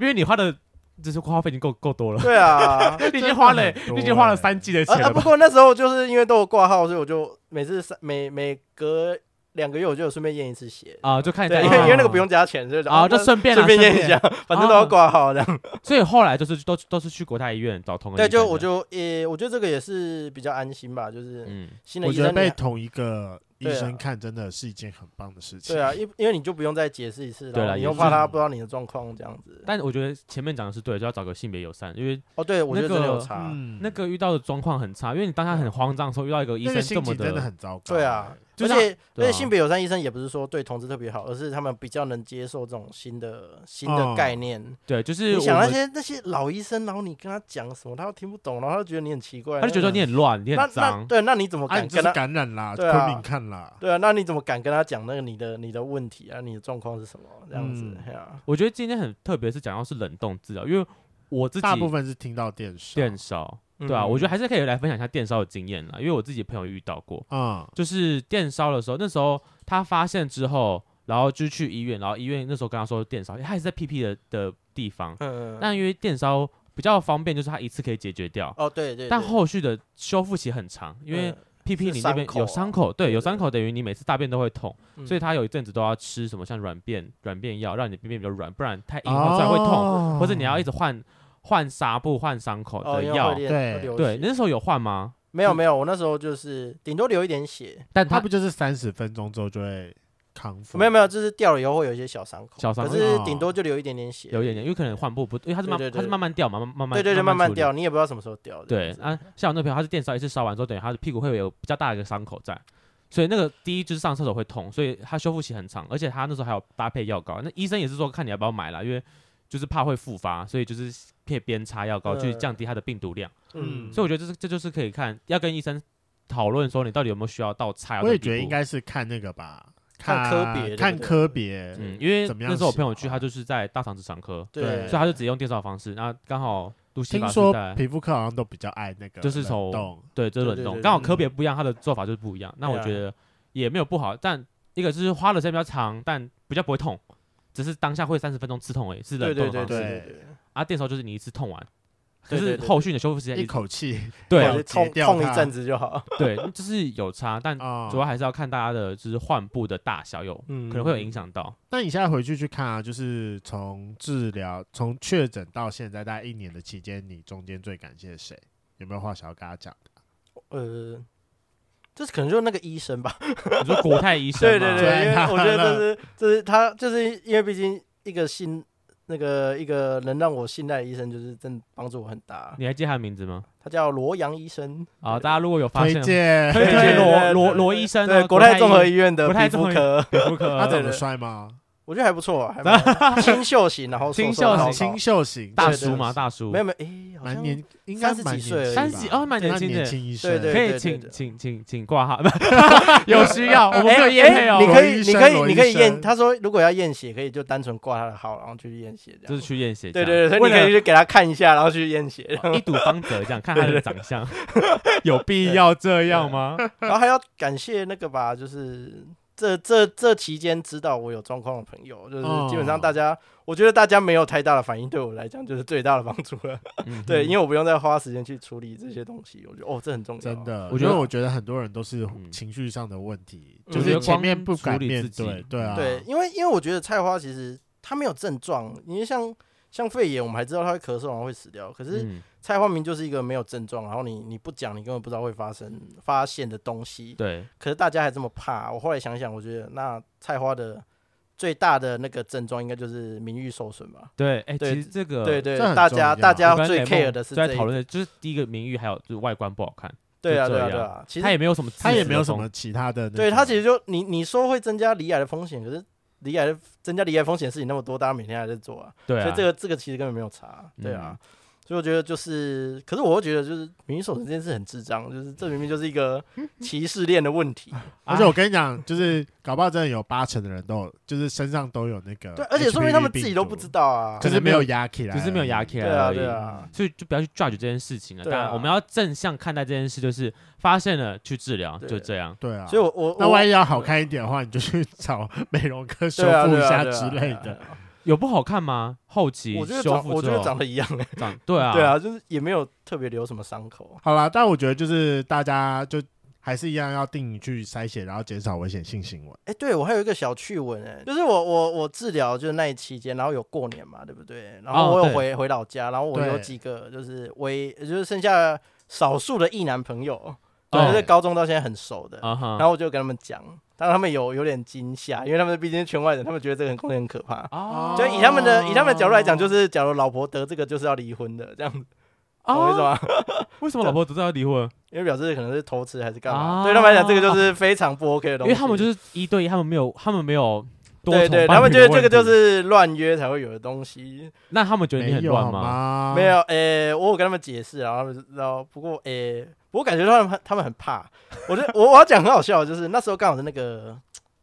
Speaker 3: 因为你花的就是花费已经够够多 了，
Speaker 2: 对啊，
Speaker 3: 你已经花了
Speaker 1: 真的很多
Speaker 3: 你已经花了
Speaker 1: 欸
Speaker 3: 三季的
Speaker 2: 啊
Speaker 3: 钱
Speaker 2: 啊！
Speaker 3: 了
Speaker 2: 不
Speaker 3: 吧？
Speaker 2: 过那时候就是因为都有挂号，所以我就每次三每每隔两个月我就有顺便验一次血。
Speaker 3: 啊，就看一下
Speaker 2: 对，因为
Speaker 3: 啊
Speaker 2: 因为那个不用加钱，所以就
Speaker 3: 啊，
Speaker 2: 哦
Speaker 3: 就
Speaker 2: 那
Speaker 3: 顺便哦啦
Speaker 2: 顺便
Speaker 3: 顺
Speaker 2: 验一下，反正都要挂号这样。
Speaker 3: 所以后来就是都都是去国泰医院找同个
Speaker 2: 对，
Speaker 3: 医生
Speaker 2: 就
Speaker 3: 的
Speaker 2: 我就呃，我觉得这个也是比较安心吧，就是
Speaker 3: 嗯，
Speaker 2: 新的
Speaker 1: 我
Speaker 2: 医
Speaker 1: 觉得
Speaker 2: 生
Speaker 1: 被
Speaker 2: 你。
Speaker 1: 同一个医
Speaker 2: 对啊
Speaker 1: 生看真的是一件很棒的事情。
Speaker 2: 对啊，因因为你就不用再解释一次，
Speaker 3: 对
Speaker 2: 然
Speaker 3: 啦
Speaker 2: 后你
Speaker 3: 也
Speaker 2: 又
Speaker 3: 是
Speaker 2: 怕他不知道你的状况这样子。
Speaker 3: 但我觉得前面讲的是对，就要找个性别友善，因为
Speaker 2: 哦，对，我觉得
Speaker 3: 那
Speaker 2: 真的有
Speaker 3: 个
Speaker 2: 差。
Speaker 1: 嗯
Speaker 3: 啊那个遇到的状况很差，因为你当下很慌张的时候遇到一个医
Speaker 1: 那个
Speaker 3: 生
Speaker 1: 心
Speaker 3: 这么
Speaker 1: 情真的很糟糕。欸
Speaker 2: 对啊，
Speaker 3: 就
Speaker 2: 而
Speaker 3: 像
Speaker 2: 且而
Speaker 3: 对啊
Speaker 2: 且性别友善医生也不是说对同志特别好，而是他们比较能接受这种新的新
Speaker 1: 哦
Speaker 2: 的概念。
Speaker 3: 对，就是
Speaker 2: 你想
Speaker 3: 我
Speaker 2: 那
Speaker 3: 们
Speaker 2: 些那些老医生，然后你跟他讲什么，他都听不懂，然后他就觉得你很奇怪，
Speaker 3: 他就觉得你很乱，你
Speaker 2: 那
Speaker 3: 很
Speaker 2: 那
Speaker 3: 脏，
Speaker 2: 对，那你怎么
Speaker 1: 啊，
Speaker 2: 敢
Speaker 1: 你就
Speaker 2: 跟
Speaker 1: 是
Speaker 2: 他？
Speaker 1: 感染啦，
Speaker 2: 对啊
Speaker 1: 昆明看啦。
Speaker 2: 对啊，那你怎么敢跟他讲那个你的你的问题啊？你的状况是什么？这样子
Speaker 1: 嗯，
Speaker 2: 嘿啊
Speaker 3: 我觉得今天很特别，是讲到是冷冻治疗，因为我自己
Speaker 1: 大部分是听到电视，啊
Speaker 3: 电烧，对啊，
Speaker 2: 嗯
Speaker 3: 我觉得还是可以来分享一下电烧的经验啦，因为我自己朋友遇到过，
Speaker 1: 嗯，
Speaker 3: 就是电烧的时候，那时候他发现之后，然后就去医院，然后医院那时候跟他说电烧，他也是在屁屁的的地方，
Speaker 2: 嗯，
Speaker 3: 但因为电烧比较方便，就是他一次可以解决掉，
Speaker 2: 哦对对，
Speaker 3: 但
Speaker 2: 对
Speaker 3: 后续的修复期很长，因为
Speaker 2: 嗯
Speaker 3: P P
Speaker 2: 是
Speaker 3: 你那
Speaker 2: 伤
Speaker 3: 边
Speaker 2: 口
Speaker 3: 有
Speaker 2: 啊
Speaker 3: 伤口，对，
Speaker 2: 对
Speaker 3: 有
Speaker 2: 对
Speaker 3: 伤口等于你每次大便都会痛，
Speaker 2: 嗯
Speaker 3: 所以他有一阵子都要吃什么像软便软便药，让你的便便比较软，不然太硬的话出来会
Speaker 2: 哦
Speaker 3: 痛，
Speaker 1: 痛
Speaker 3: 或者你要一直换换纱布换伤口
Speaker 2: 哦
Speaker 3: 的
Speaker 2: 因为
Speaker 3: 药
Speaker 2: 会。练
Speaker 1: 对
Speaker 2: 会流
Speaker 3: 对，
Speaker 2: 血
Speaker 3: 那时候有换吗？
Speaker 2: 没有没有，我那时候就是顶多流一点血，
Speaker 3: 但
Speaker 1: 他
Speaker 3: 他
Speaker 1: 不就是三十分钟之后就会康复？
Speaker 2: 没有没有，就是掉了以后会有一些小伤口，
Speaker 3: 小伤口
Speaker 2: 可是顶多就流一点点血，
Speaker 3: 有一点点，因为可能换不不，因为它是慢
Speaker 2: 对对对
Speaker 3: 它是慢慢掉嘛，慢慢慢
Speaker 2: 对对对，慢
Speaker 3: 慢
Speaker 2: 慢
Speaker 3: 处理。
Speaker 2: 掉，你也不知道什么时候掉。这
Speaker 3: 对
Speaker 2: 样子
Speaker 3: 啊，像我那朋友，他是电烧一次烧完之后，等于他的屁股会有比较大的一个伤口在，所以那个第一就是上厕所会痛，所以他修复期很长，而且他那时候还有搭配药膏。那医生也是说看你要不要买啦，因为就是怕会复发，所以就是可以边擦药膏去
Speaker 2: 嗯
Speaker 3: 降低它的病毒量。
Speaker 2: 嗯
Speaker 1: 嗯，
Speaker 3: 所以我觉得这是这就是可以看要跟医生讨论说你到底有没有需要到擦药
Speaker 1: 我
Speaker 3: 的
Speaker 1: 也
Speaker 3: 地步。
Speaker 1: 觉得应该是看那个吧，
Speaker 2: 看科别对不
Speaker 1: 看
Speaker 2: 对
Speaker 1: 科别，
Speaker 3: 嗯，因为
Speaker 1: 怎么
Speaker 3: 那
Speaker 1: 样
Speaker 3: 时候我
Speaker 1: 洗
Speaker 3: 朋友
Speaker 1: 好
Speaker 3: 去，他
Speaker 1: 啊
Speaker 3: 就是在大肠直肠科，
Speaker 1: 对
Speaker 2: 对，
Speaker 3: 所以他就直接用电烧的方式，那刚好露西
Speaker 1: 听
Speaker 3: 法是
Speaker 1: 说
Speaker 3: 在
Speaker 1: 皮肤科好像都比较爱那个
Speaker 3: 就是
Speaker 1: 冷
Speaker 3: 从
Speaker 1: 冻
Speaker 3: 对，就
Speaker 2: 对
Speaker 3: 是冷
Speaker 2: 对
Speaker 3: 冻，
Speaker 2: 对
Speaker 3: 刚好
Speaker 2: 对嗯
Speaker 3: 科别不一样，它的做法就是不一样。那
Speaker 2: 对
Speaker 3: 我
Speaker 2: 啊
Speaker 3: 觉得也没有不好，但一个是花的时间比较长，但比较不会痛，只是当下会三十分钟刺痛而已，是冷
Speaker 2: 对
Speaker 3: 冻
Speaker 2: 对
Speaker 3: 的
Speaker 2: 对
Speaker 3: 方式。
Speaker 2: 对
Speaker 1: 对
Speaker 2: 对
Speaker 3: 啊，电烧就是你一次痛完，可
Speaker 2: 对对对
Speaker 3: 是
Speaker 2: 对
Speaker 3: 后续你的修复时间
Speaker 1: 一
Speaker 3: 一
Speaker 1: 口 气
Speaker 3: 对啊
Speaker 1: 了
Speaker 2: 对，
Speaker 1: 解
Speaker 2: 痛
Speaker 1: 掉
Speaker 2: 痛
Speaker 1: 它
Speaker 2: 一阵子 就好。
Speaker 3: 对，就是有差，但
Speaker 1: 啊。
Speaker 3: 主要还是要看大家的就是患部的大小有
Speaker 2: 嗯
Speaker 3: 可能会有影。响到。
Speaker 1: 那你现在回去去看啊，就是从治疗从确诊到现在大概一年的期间，你中间最感谢谁？有没有话想要跟他讲？
Speaker 2: 呃，这是可能就是那个医生吧。
Speaker 3: 你说国泰医生
Speaker 2: 对
Speaker 3: 嘛，
Speaker 2: 对
Speaker 1: 对
Speaker 2: 对，因为
Speaker 1: 他
Speaker 2: 我觉得
Speaker 1: 了
Speaker 2: 这是这是他，就是因为毕竟一个信那个一个能让我信赖的医生，就是真的帮助我很大。
Speaker 3: 你还记得他的名字吗？
Speaker 2: 他叫罗阳医生
Speaker 3: 啊，
Speaker 2: 对
Speaker 3: 大家如果有发
Speaker 1: 推
Speaker 3: 现的话，
Speaker 1: 荐
Speaker 3: 推
Speaker 2: 对 对
Speaker 3: 荐罗
Speaker 2: 对
Speaker 3: 罗
Speaker 2: 对
Speaker 3: 罗医生哦，
Speaker 2: 对，国泰综合
Speaker 3: 医
Speaker 2: 医院的
Speaker 3: 国泰
Speaker 2: 皮
Speaker 3: 综
Speaker 2: 肤
Speaker 3: 合
Speaker 2: 科，
Speaker 3: 皮肤科啊
Speaker 1: 他
Speaker 2: 对
Speaker 1: 长得
Speaker 2: 对
Speaker 1: 帅吗？
Speaker 2: 我觉得还不错 啊，还蛮清秀型，然后瘦
Speaker 3: 清
Speaker 2: 瘦的
Speaker 3: 秀
Speaker 2: 高
Speaker 3: 型
Speaker 2: 高
Speaker 1: 清秀型，
Speaker 3: 大
Speaker 2: 对对
Speaker 3: 叔嘛，
Speaker 2: 是
Speaker 3: 大叔
Speaker 2: 没，有没有，诶，好
Speaker 1: 蛮
Speaker 2: 像
Speaker 1: 年，应该蛮年轻的吧
Speaker 3: 三十几哦蛮年轻的
Speaker 1: 年轻医生，
Speaker 2: 对对
Speaker 3: 可以
Speaker 2: 对
Speaker 3: 请
Speaker 2: 对
Speaker 3: 请请请挂号，有需要我们没有
Speaker 2: 诶
Speaker 3: 验配
Speaker 2: 诶你
Speaker 3: 哦，
Speaker 2: 可
Speaker 1: 罗医
Speaker 2: 以你
Speaker 1: 生
Speaker 2: 可以
Speaker 1: 罗
Speaker 2: 你
Speaker 1: 医
Speaker 2: 可以验，
Speaker 1: 生
Speaker 2: 他说如果要验血，可以就单纯挂他的号，然后去验血这
Speaker 3: 就
Speaker 2: 样
Speaker 3: 是。去验血这
Speaker 2: 对
Speaker 3: 样，
Speaker 2: 对对，所以你可以去嗯给他看一下，然后去验 血，
Speaker 3: 以一睹方泽这样看他的长相， 有必要这 样吗？
Speaker 2: 然后还要感谢那个吧，就是这这这期间知道我有状况的朋友，就是基本上大家，我觉得大家没有太大的反应，对我来讲就是最大的帮助 了。
Speaker 3: 嗯
Speaker 2: 对，
Speaker 3: 哼
Speaker 2: 因为我不用再花时间去处理这些东西，我觉得哦，这很重要，
Speaker 1: 真。的，
Speaker 3: 啊我
Speaker 1: 我
Speaker 3: 觉
Speaker 1: 觉
Speaker 3: 得
Speaker 1: 得我觉得很多人都是
Speaker 3: 嗯
Speaker 1: 情绪上的问题，
Speaker 2: 嗯
Speaker 1: 就
Speaker 2: 我觉
Speaker 1: 是
Speaker 2: 得
Speaker 1: 前面
Speaker 3: 光
Speaker 1: 不敢
Speaker 3: 处理
Speaker 1: 面
Speaker 3: 自己
Speaker 1: 对，对啊，
Speaker 2: 对，因为因为我觉得菜花其实它没有症状，因为像像肺炎，我们还知道它会咳嗽然后会死掉，可是
Speaker 3: 嗯
Speaker 2: 菜花明就是一个没有症状，然后你你不讲，你根本不知道会发生发现的东西。
Speaker 3: 对，
Speaker 2: 可是大家还这么怕，我后来想想，我觉得那菜花的最大的那个症状应该就是名誉受损吧。
Speaker 3: 对，哎、
Speaker 2: 对
Speaker 3: 其实这个
Speaker 2: 对对，
Speaker 1: 这很
Speaker 2: 大
Speaker 1: 重
Speaker 2: 家
Speaker 1: 要
Speaker 2: 大
Speaker 3: 我
Speaker 2: 家
Speaker 3: 跟
Speaker 2: 最
Speaker 3: 雷梦
Speaker 2: care 的是
Speaker 3: 就
Speaker 2: 这
Speaker 3: 在
Speaker 2: 一
Speaker 3: 讨论的就是第一个名誉，还有就是外观不好看，
Speaker 2: 对啊
Speaker 3: 就
Speaker 2: 对啊
Speaker 3: 这
Speaker 2: 对
Speaker 3: 样
Speaker 2: 啊，其
Speaker 3: 他也
Speaker 2: 实
Speaker 3: 没有什么，
Speaker 1: 他也没有什么，其他的那种，
Speaker 2: 对他其实就你你说会增加离癌的风险，可是离癌的增加离癌风险的事情那么多，大家每天还在做啊，
Speaker 3: 对
Speaker 2: 所
Speaker 3: 啊嗯
Speaker 2: 以，这个这个其实根本没有差，对啊。所以我觉得就是，可是我又觉得就是名誉受损这件事很智障，就是这明明就是一个歧视链的问
Speaker 3: 呃
Speaker 2: 题。
Speaker 3: 啊
Speaker 1: 而
Speaker 2: 哎
Speaker 1: 且我跟你讲，就是搞不好真的有八成的人都有，就是身上都有那个，
Speaker 2: 对，而且说明他们自己都不知，道啊。
Speaker 1: 就
Speaker 3: 可
Speaker 1: 是
Speaker 3: 能
Speaker 1: 没
Speaker 3: 没有
Speaker 1: 有压起来而
Speaker 3: 只
Speaker 1: 已，
Speaker 3: 是没有压起来
Speaker 2: 对啊
Speaker 3: 而已
Speaker 2: 对啊，
Speaker 3: 所以就不要去 judge 这件事情了。
Speaker 2: 对
Speaker 3: 当
Speaker 2: 啊
Speaker 3: 然，我们要正向看待这件事，就是发现了去治疗，
Speaker 2: 对
Speaker 3: 就这样。
Speaker 1: 对啊，
Speaker 2: 所以我我
Speaker 1: 那
Speaker 2: 我
Speaker 1: 万一要好看一点的话，你就去找美容科修
Speaker 2: 对啊
Speaker 1: 复一
Speaker 2: 对啊
Speaker 1: 下
Speaker 2: 对啊
Speaker 1: 之
Speaker 2: 对啊
Speaker 1: 类
Speaker 2: 对
Speaker 1: 的。
Speaker 2: 啊
Speaker 3: 有不好看吗？后期
Speaker 2: 我觉得
Speaker 3: 修
Speaker 2: 长
Speaker 3: 复
Speaker 2: 我觉
Speaker 3: 之
Speaker 2: 得
Speaker 3: 后
Speaker 2: 长得一 样，
Speaker 3: 长对啊
Speaker 2: 对，啊，就是也没有特别留什么伤口。啊
Speaker 1: 好啦，但我觉得就是大家就还是一样要定去筛选，然后减少危险性行为。
Speaker 2: 哎、对我还有一个小趣闻哎、就是我我我治疗就是那一期间，然后有过年嘛，对不对？然后
Speaker 3: 哦
Speaker 2: 我
Speaker 3: 对
Speaker 2: 有回、回老家，然后我有
Speaker 1: 对
Speaker 2: 几个就是微就是剩下少数的异男朋友，
Speaker 3: 对
Speaker 2: 就是高中到现在很熟的，
Speaker 3: 啊哈，
Speaker 2: 然后我就跟他们讲，当然他们有有点惊吓，因为他们毕竟是圈外人，他们觉得这个很空间很可怕。
Speaker 3: 哦
Speaker 2: 就以他们的以他们的角度来讲，就是是假如老婆得这个就是要离婚的这样子，懂我意思吗？
Speaker 3: 哦为什么老婆知道要离婚？
Speaker 2: 因为表示可能是偷吃还是干嘛？
Speaker 3: 啊
Speaker 2: 对他们来讲，这个就是非常不 OK 的东
Speaker 3: 因
Speaker 2: 西。
Speaker 3: 为他们就是一对一，他们没有，他们没有多
Speaker 2: 对
Speaker 3: 重
Speaker 2: 对，
Speaker 3: 伴
Speaker 2: 他们
Speaker 3: 侣
Speaker 2: 觉得
Speaker 3: 的
Speaker 2: 这个
Speaker 3: 问
Speaker 2: 就
Speaker 3: 题
Speaker 2: 是乱约才会有的东西。
Speaker 3: 那他们觉得你很
Speaker 1: 没有
Speaker 3: 乱
Speaker 1: 好？
Speaker 3: 啊
Speaker 1: 吗？
Speaker 2: 没有，诶、我有跟他们解释，然啊后他们然后不过诶、我感觉他们很他们很怕。我觉得 我我要讲很好笑的，就是那时候刚好是那个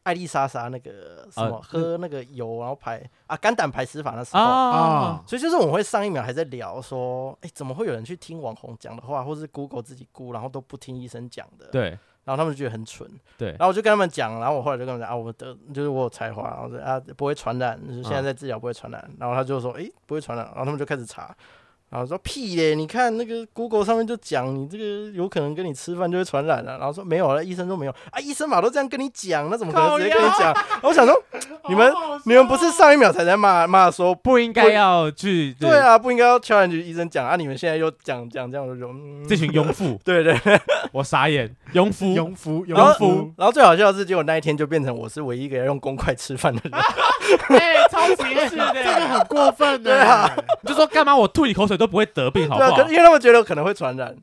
Speaker 2: 艾丽莎莎那个什么、
Speaker 3: 啊
Speaker 2: 喝那个油，然后排啊肝胆排石法那时候。
Speaker 3: 啊
Speaker 1: 啊，
Speaker 2: 所以就是我们会上一秒还在聊说，诶，怎么会有人去听网红讲的话，或是 Google 自己估，然后都不听医生讲的？
Speaker 3: 对
Speaker 2: 然后他们就觉得很蠢，
Speaker 3: 对
Speaker 2: 然后我就跟他们讲，然后我后来就跟他们讲啊，我的就是我有才华，然后说啊不会传染，就是现在在治疗不会传染，然后他就说诶不会传染，然后他们就开始查，然后说屁嘞，你看那个 Google 上面就讲你这个有可能跟你吃饭就会传染了、然后说没有了，医生都没有啊，医生嘛都这样跟你讲，那怎么可能直接跟你讲？然后我想说你们你们不是上一秒才在骂骂说
Speaker 3: 不应该要去
Speaker 2: 对，啊不应该要 challenge 医生讲啊，你们现在又讲讲这样我就觉得嗯，
Speaker 3: 这群庸妇
Speaker 2: 对 对
Speaker 3: 我傻眼，庸夫，
Speaker 1: 庸夫，
Speaker 2: 嗯然
Speaker 1: 庸
Speaker 2: 后嗯
Speaker 1: 夫，
Speaker 2: 然后最好笑的是，结果那一天就变成我是唯一一个要用公筷吃饭的人。
Speaker 3: 哎，超歧视
Speaker 1: 这 个
Speaker 3: 的，
Speaker 1: 很过分
Speaker 2: 对
Speaker 1: 的、
Speaker 2: 啊
Speaker 3: 你就说干嘛我吐你口水都不会得病，好不
Speaker 2: 对啊，可
Speaker 3: 好
Speaker 2: 是？因为他们觉得可能会传染。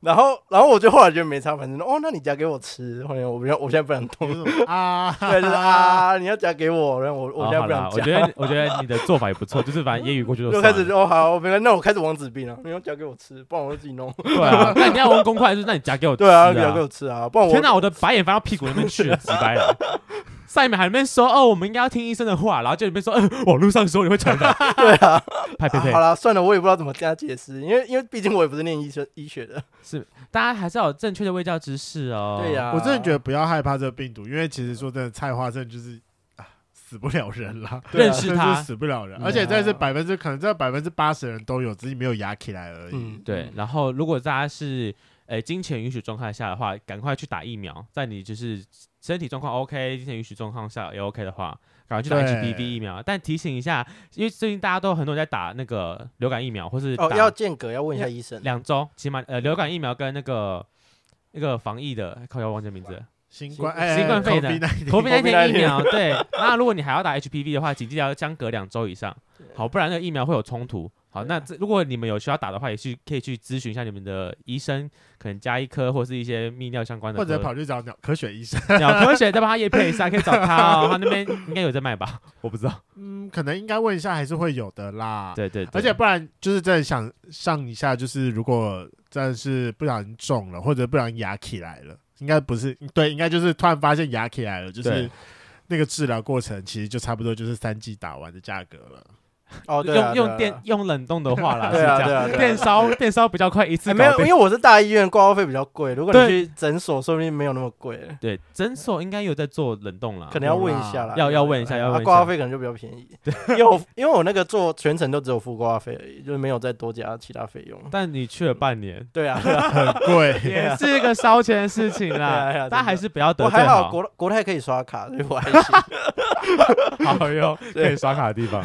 Speaker 2: 然后，然后我就后来觉得没差，反正哦，那你夹给我吃，后面我不要，我现在不想
Speaker 1: 有
Speaker 2: 动。
Speaker 1: 什么啊，
Speaker 2: 对，就是啊，你要夹给我，然后我我现
Speaker 3: 好
Speaker 2: 在
Speaker 3: 哦好
Speaker 2: 不
Speaker 3: 啦
Speaker 2: 想
Speaker 3: 我
Speaker 2: 夹
Speaker 3: 觉。得我觉得你的做法也不错，就是反正言语过去就
Speaker 2: 就
Speaker 3: 算
Speaker 2: 开始
Speaker 3: 了。
Speaker 2: 就哦好，我没关系，那我开始王子病了，你要夹给我吃，不然我就自 己弄。
Speaker 3: 对啊，那你要用公筷，就是那你夹给我吃
Speaker 2: 对啊，夹给我吃啊，不然我
Speaker 3: 天哪，我的白眼翻到屁股那 边去了，几百了。上一秒还在那边说哦，我们应该要听医生的话，然后就里面说，呃，网络上说你会传染，
Speaker 2: 对啊，
Speaker 3: 拍拍
Speaker 2: 啊
Speaker 3: 拍
Speaker 2: 好，啦，算了，我也不知道怎么跟他解释，因为因为毕竟我也不是念医学医学的。
Speaker 3: 大家还是要有正确的卫教知识哦。
Speaker 2: 对呀，
Speaker 1: 我真的觉得不要害怕这个病毒，因为其实说真的，菜花症就是啊，死不了人啦。
Speaker 2: 对啊
Speaker 3: 认识
Speaker 1: 真
Speaker 3: 它
Speaker 1: 是死不了人，
Speaker 3: 嗯
Speaker 1: 而且这是百分之可能这百分之八十人都有，只是没有压起来而已。
Speaker 2: 嗯，
Speaker 3: 对，然后如果大家是呃金钱允许状态下的话，赶快去打疫苗，在你就是身体状况 OK、金钱允许状况下也 OK 的话，赶快去打
Speaker 1: 对
Speaker 3: HPV 疫苗。但提醒一下，因为最近大家都很多人在打那个流感疫苗，或是
Speaker 2: 哦，要
Speaker 3: 打
Speaker 2: 间隔，要问一下医生。
Speaker 3: 两周，起码呃流感疫苗跟那个那个防疫的，靠，要忘记名 字了。
Speaker 1: 新冠
Speaker 2: 新
Speaker 1: 哎，
Speaker 3: 新冠肺炎
Speaker 1: COVID-19
Speaker 3: 头皮那天
Speaker 2: COVID-19
Speaker 3: 疫苗，对。那如果你还要打 HPV 的话，请记得要相隔两周以上，好，不然那个疫苗会有冲突，好，
Speaker 2: 啊
Speaker 3: 那这如果你们有需要打的话，也去可以去咨询一下你们的医生，可能加医科或是一些泌尿相关的
Speaker 1: 或者
Speaker 3: 科
Speaker 1: 跑去找鸟科学医生，
Speaker 3: 鸟科学，再帮他也配一下，可以找他哦，他那边应该有在卖吧？我不知道。
Speaker 1: 嗯，可能应该问一下，还是会有的啦。
Speaker 3: 对对对，
Speaker 1: 而
Speaker 2: 啊
Speaker 1: 且不然就是真的想上一下，就是如果真的是不小心中了，或者不小心牙起来了，应该不是对，应该就是突然发现牙起来了，就是
Speaker 3: 对
Speaker 1: 那个治疗过程其实就差不多就是三剂打完的价格 了。
Speaker 2: 哦，对啊对啊
Speaker 3: 用用电用冷冻的话啦，是
Speaker 2: 对啊
Speaker 3: 这
Speaker 2: 对啊
Speaker 3: 样。
Speaker 2: 对啊
Speaker 3: 电烧电烧比较快，一次
Speaker 2: 哎没有
Speaker 3: 搞，
Speaker 2: 因
Speaker 3: 定
Speaker 2: 为我是大医院，挂号费比较贵。如果你
Speaker 3: 对
Speaker 2: 去诊所，说不定没有那么贵，
Speaker 3: 对诊所应该有在做冷冻啦
Speaker 1: 啊
Speaker 2: 可。能要问一下啦。
Speaker 3: 要要问一下要
Speaker 2: 啊
Speaker 3: 问一下
Speaker 2: 挂号费可能就比较便 宜。因为我因为我那个做全程都只有付挂号费而已，就是没有再多加其他费用。
Speaker 3: 但你去了 半年，
Speaker 2: 对啊，对啊
Speaker 1: 很贵，
Speaker 3: 也是一个烧钱的事 情
Speaker 2: 对啊对
Speaker 3: 啦
Speaker 2: 啊。
Speaker 3: 大家还是不要得
Speaker 2: 我
Speaker 3: 罪
Speaker 2: 还好，国国泰可以刷卡，所以 我还行。
Speaker 3: 好用可
Speaker 2: 对
Speaker 3: 以刷卡的地方。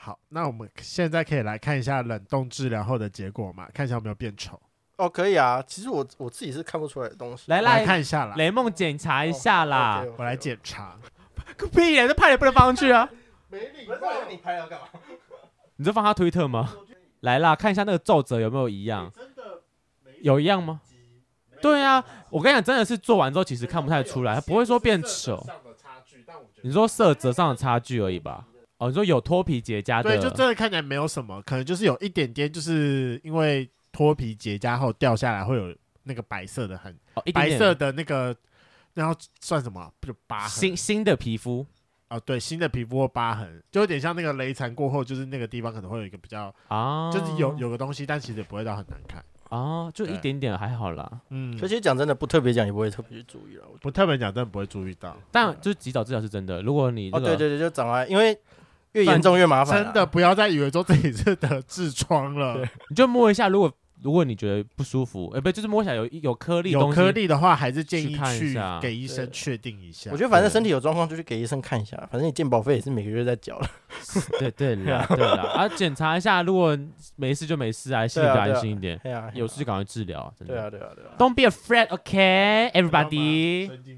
Speaker 1: 好，那我们现在可以来看一下冷冻治疗后的结果嘛，看一下有没有变丑，
Speaker 2: 哦，可以啊。其实我我自己是看不出来的东西。
Speaker 3: 来
Speaker 1: 我来
Speaker 3: 来，
Speaker 1: 看一下啦，
Speaker 3: 雷梦检查一下啦。
Speaker 2: OK，OK，OK
Speaker 1: 我来。检查。
Speaker 3: 个屁嘞，这派也不能放上去啊！
Speaker 1: 没礼
Speaker 2: 不是啊你拍了干嘛？
Speaker 3: 你就放他推特吗？来啦，看一下那个皱褶有没有一样？
Speaker 1: 真的
Speaker 3: 有一样吗？对啊，我跟你讲，真的是做完之后其实看不太出来，它不会说变丑。你说色泽上的差距而已吧？哦，你说有脱皮结痂
Speaker 1: 嗯
Speaker 3: 的，
Speaker 1: 对，就真的看起来没有什么，可能就是有一点点，就是因为脱皮结痂后掉下来会有那个白色的痕，
Speaker 3: 哦一点
Speaker 1: 白
Speaker 3: 点
Speaker 1: 色的那个，然后算什么啊？不就疤痕
Speaker 3: 新？新的皮肤，
Speaker 1: 哦，对，新的皮肤或疤痕，就有点像那个雷残过后，就是那个地方可能会有一个比较，
Speaker 3: 啊，
Speaker 1: 就是
Speaker 2: 哦
Speaker 1: 有有个东西，但其实也不会到很难看。
Speaker 3: 啊，就
Speaker 1: 对
Speaker 3: 一点点还好啦。
Speaker 1: 嗯，
Speaker 2: 可其实讲真的，不特别讲也不会特别去注意了。我觉
Speaker 1: 不特别讲，真的不会注意到，啊
Speaker 3: 但就是及早治疗是真的。如果你
Speaker 2: 得哦，
Speaker 3: 这
Speaker 2: 对
Speaker 3: 个
Speaker 2: 对对，就长癌，因为越严重越麻烦啊。
Speaker 1: 真的不要再以为说自己是得痔疮了
Speaker 2: 对，
Speaker 3: 你就摸一下，如果如果你觉得不舒服，哎，不就是摸起来有有颗粒
Speaker 1: 有
Speaker 3: 东西，
Speaker 1: 颗粒的话，还是建
Speaker 3: 去
Speaker 1: 议
Speaker 3: 看一
Speaker 1: 去
Speaker 3: 下
Speaker 1: 给医生
Speaker 2: 对
Speaker 1: 确定一下。
Speaker 2: 我觉得反正
Speaker 3: 对
Speaker 2: 身体有状况就去给医生看一下，反正你健保费也是每个月在缴了。
Speaker 3: 对对 啦，对啦，啊，检查一下，如果没事就没事啊，心里比较
Speaker 2: 对啊
Speaker 3: 安心一点。
Speaker 2: 哎呀，
Speaker 3: 有事就赶快治疗，真
Speaker 2: 对
Speaker 3: 的。
Speaker 2: 啊对啊对啊。
Speaker 3: Don't be afraid, OK,
Speaker 1: 知道吗
Speaker 3: everybody.
Speaker 1: 神经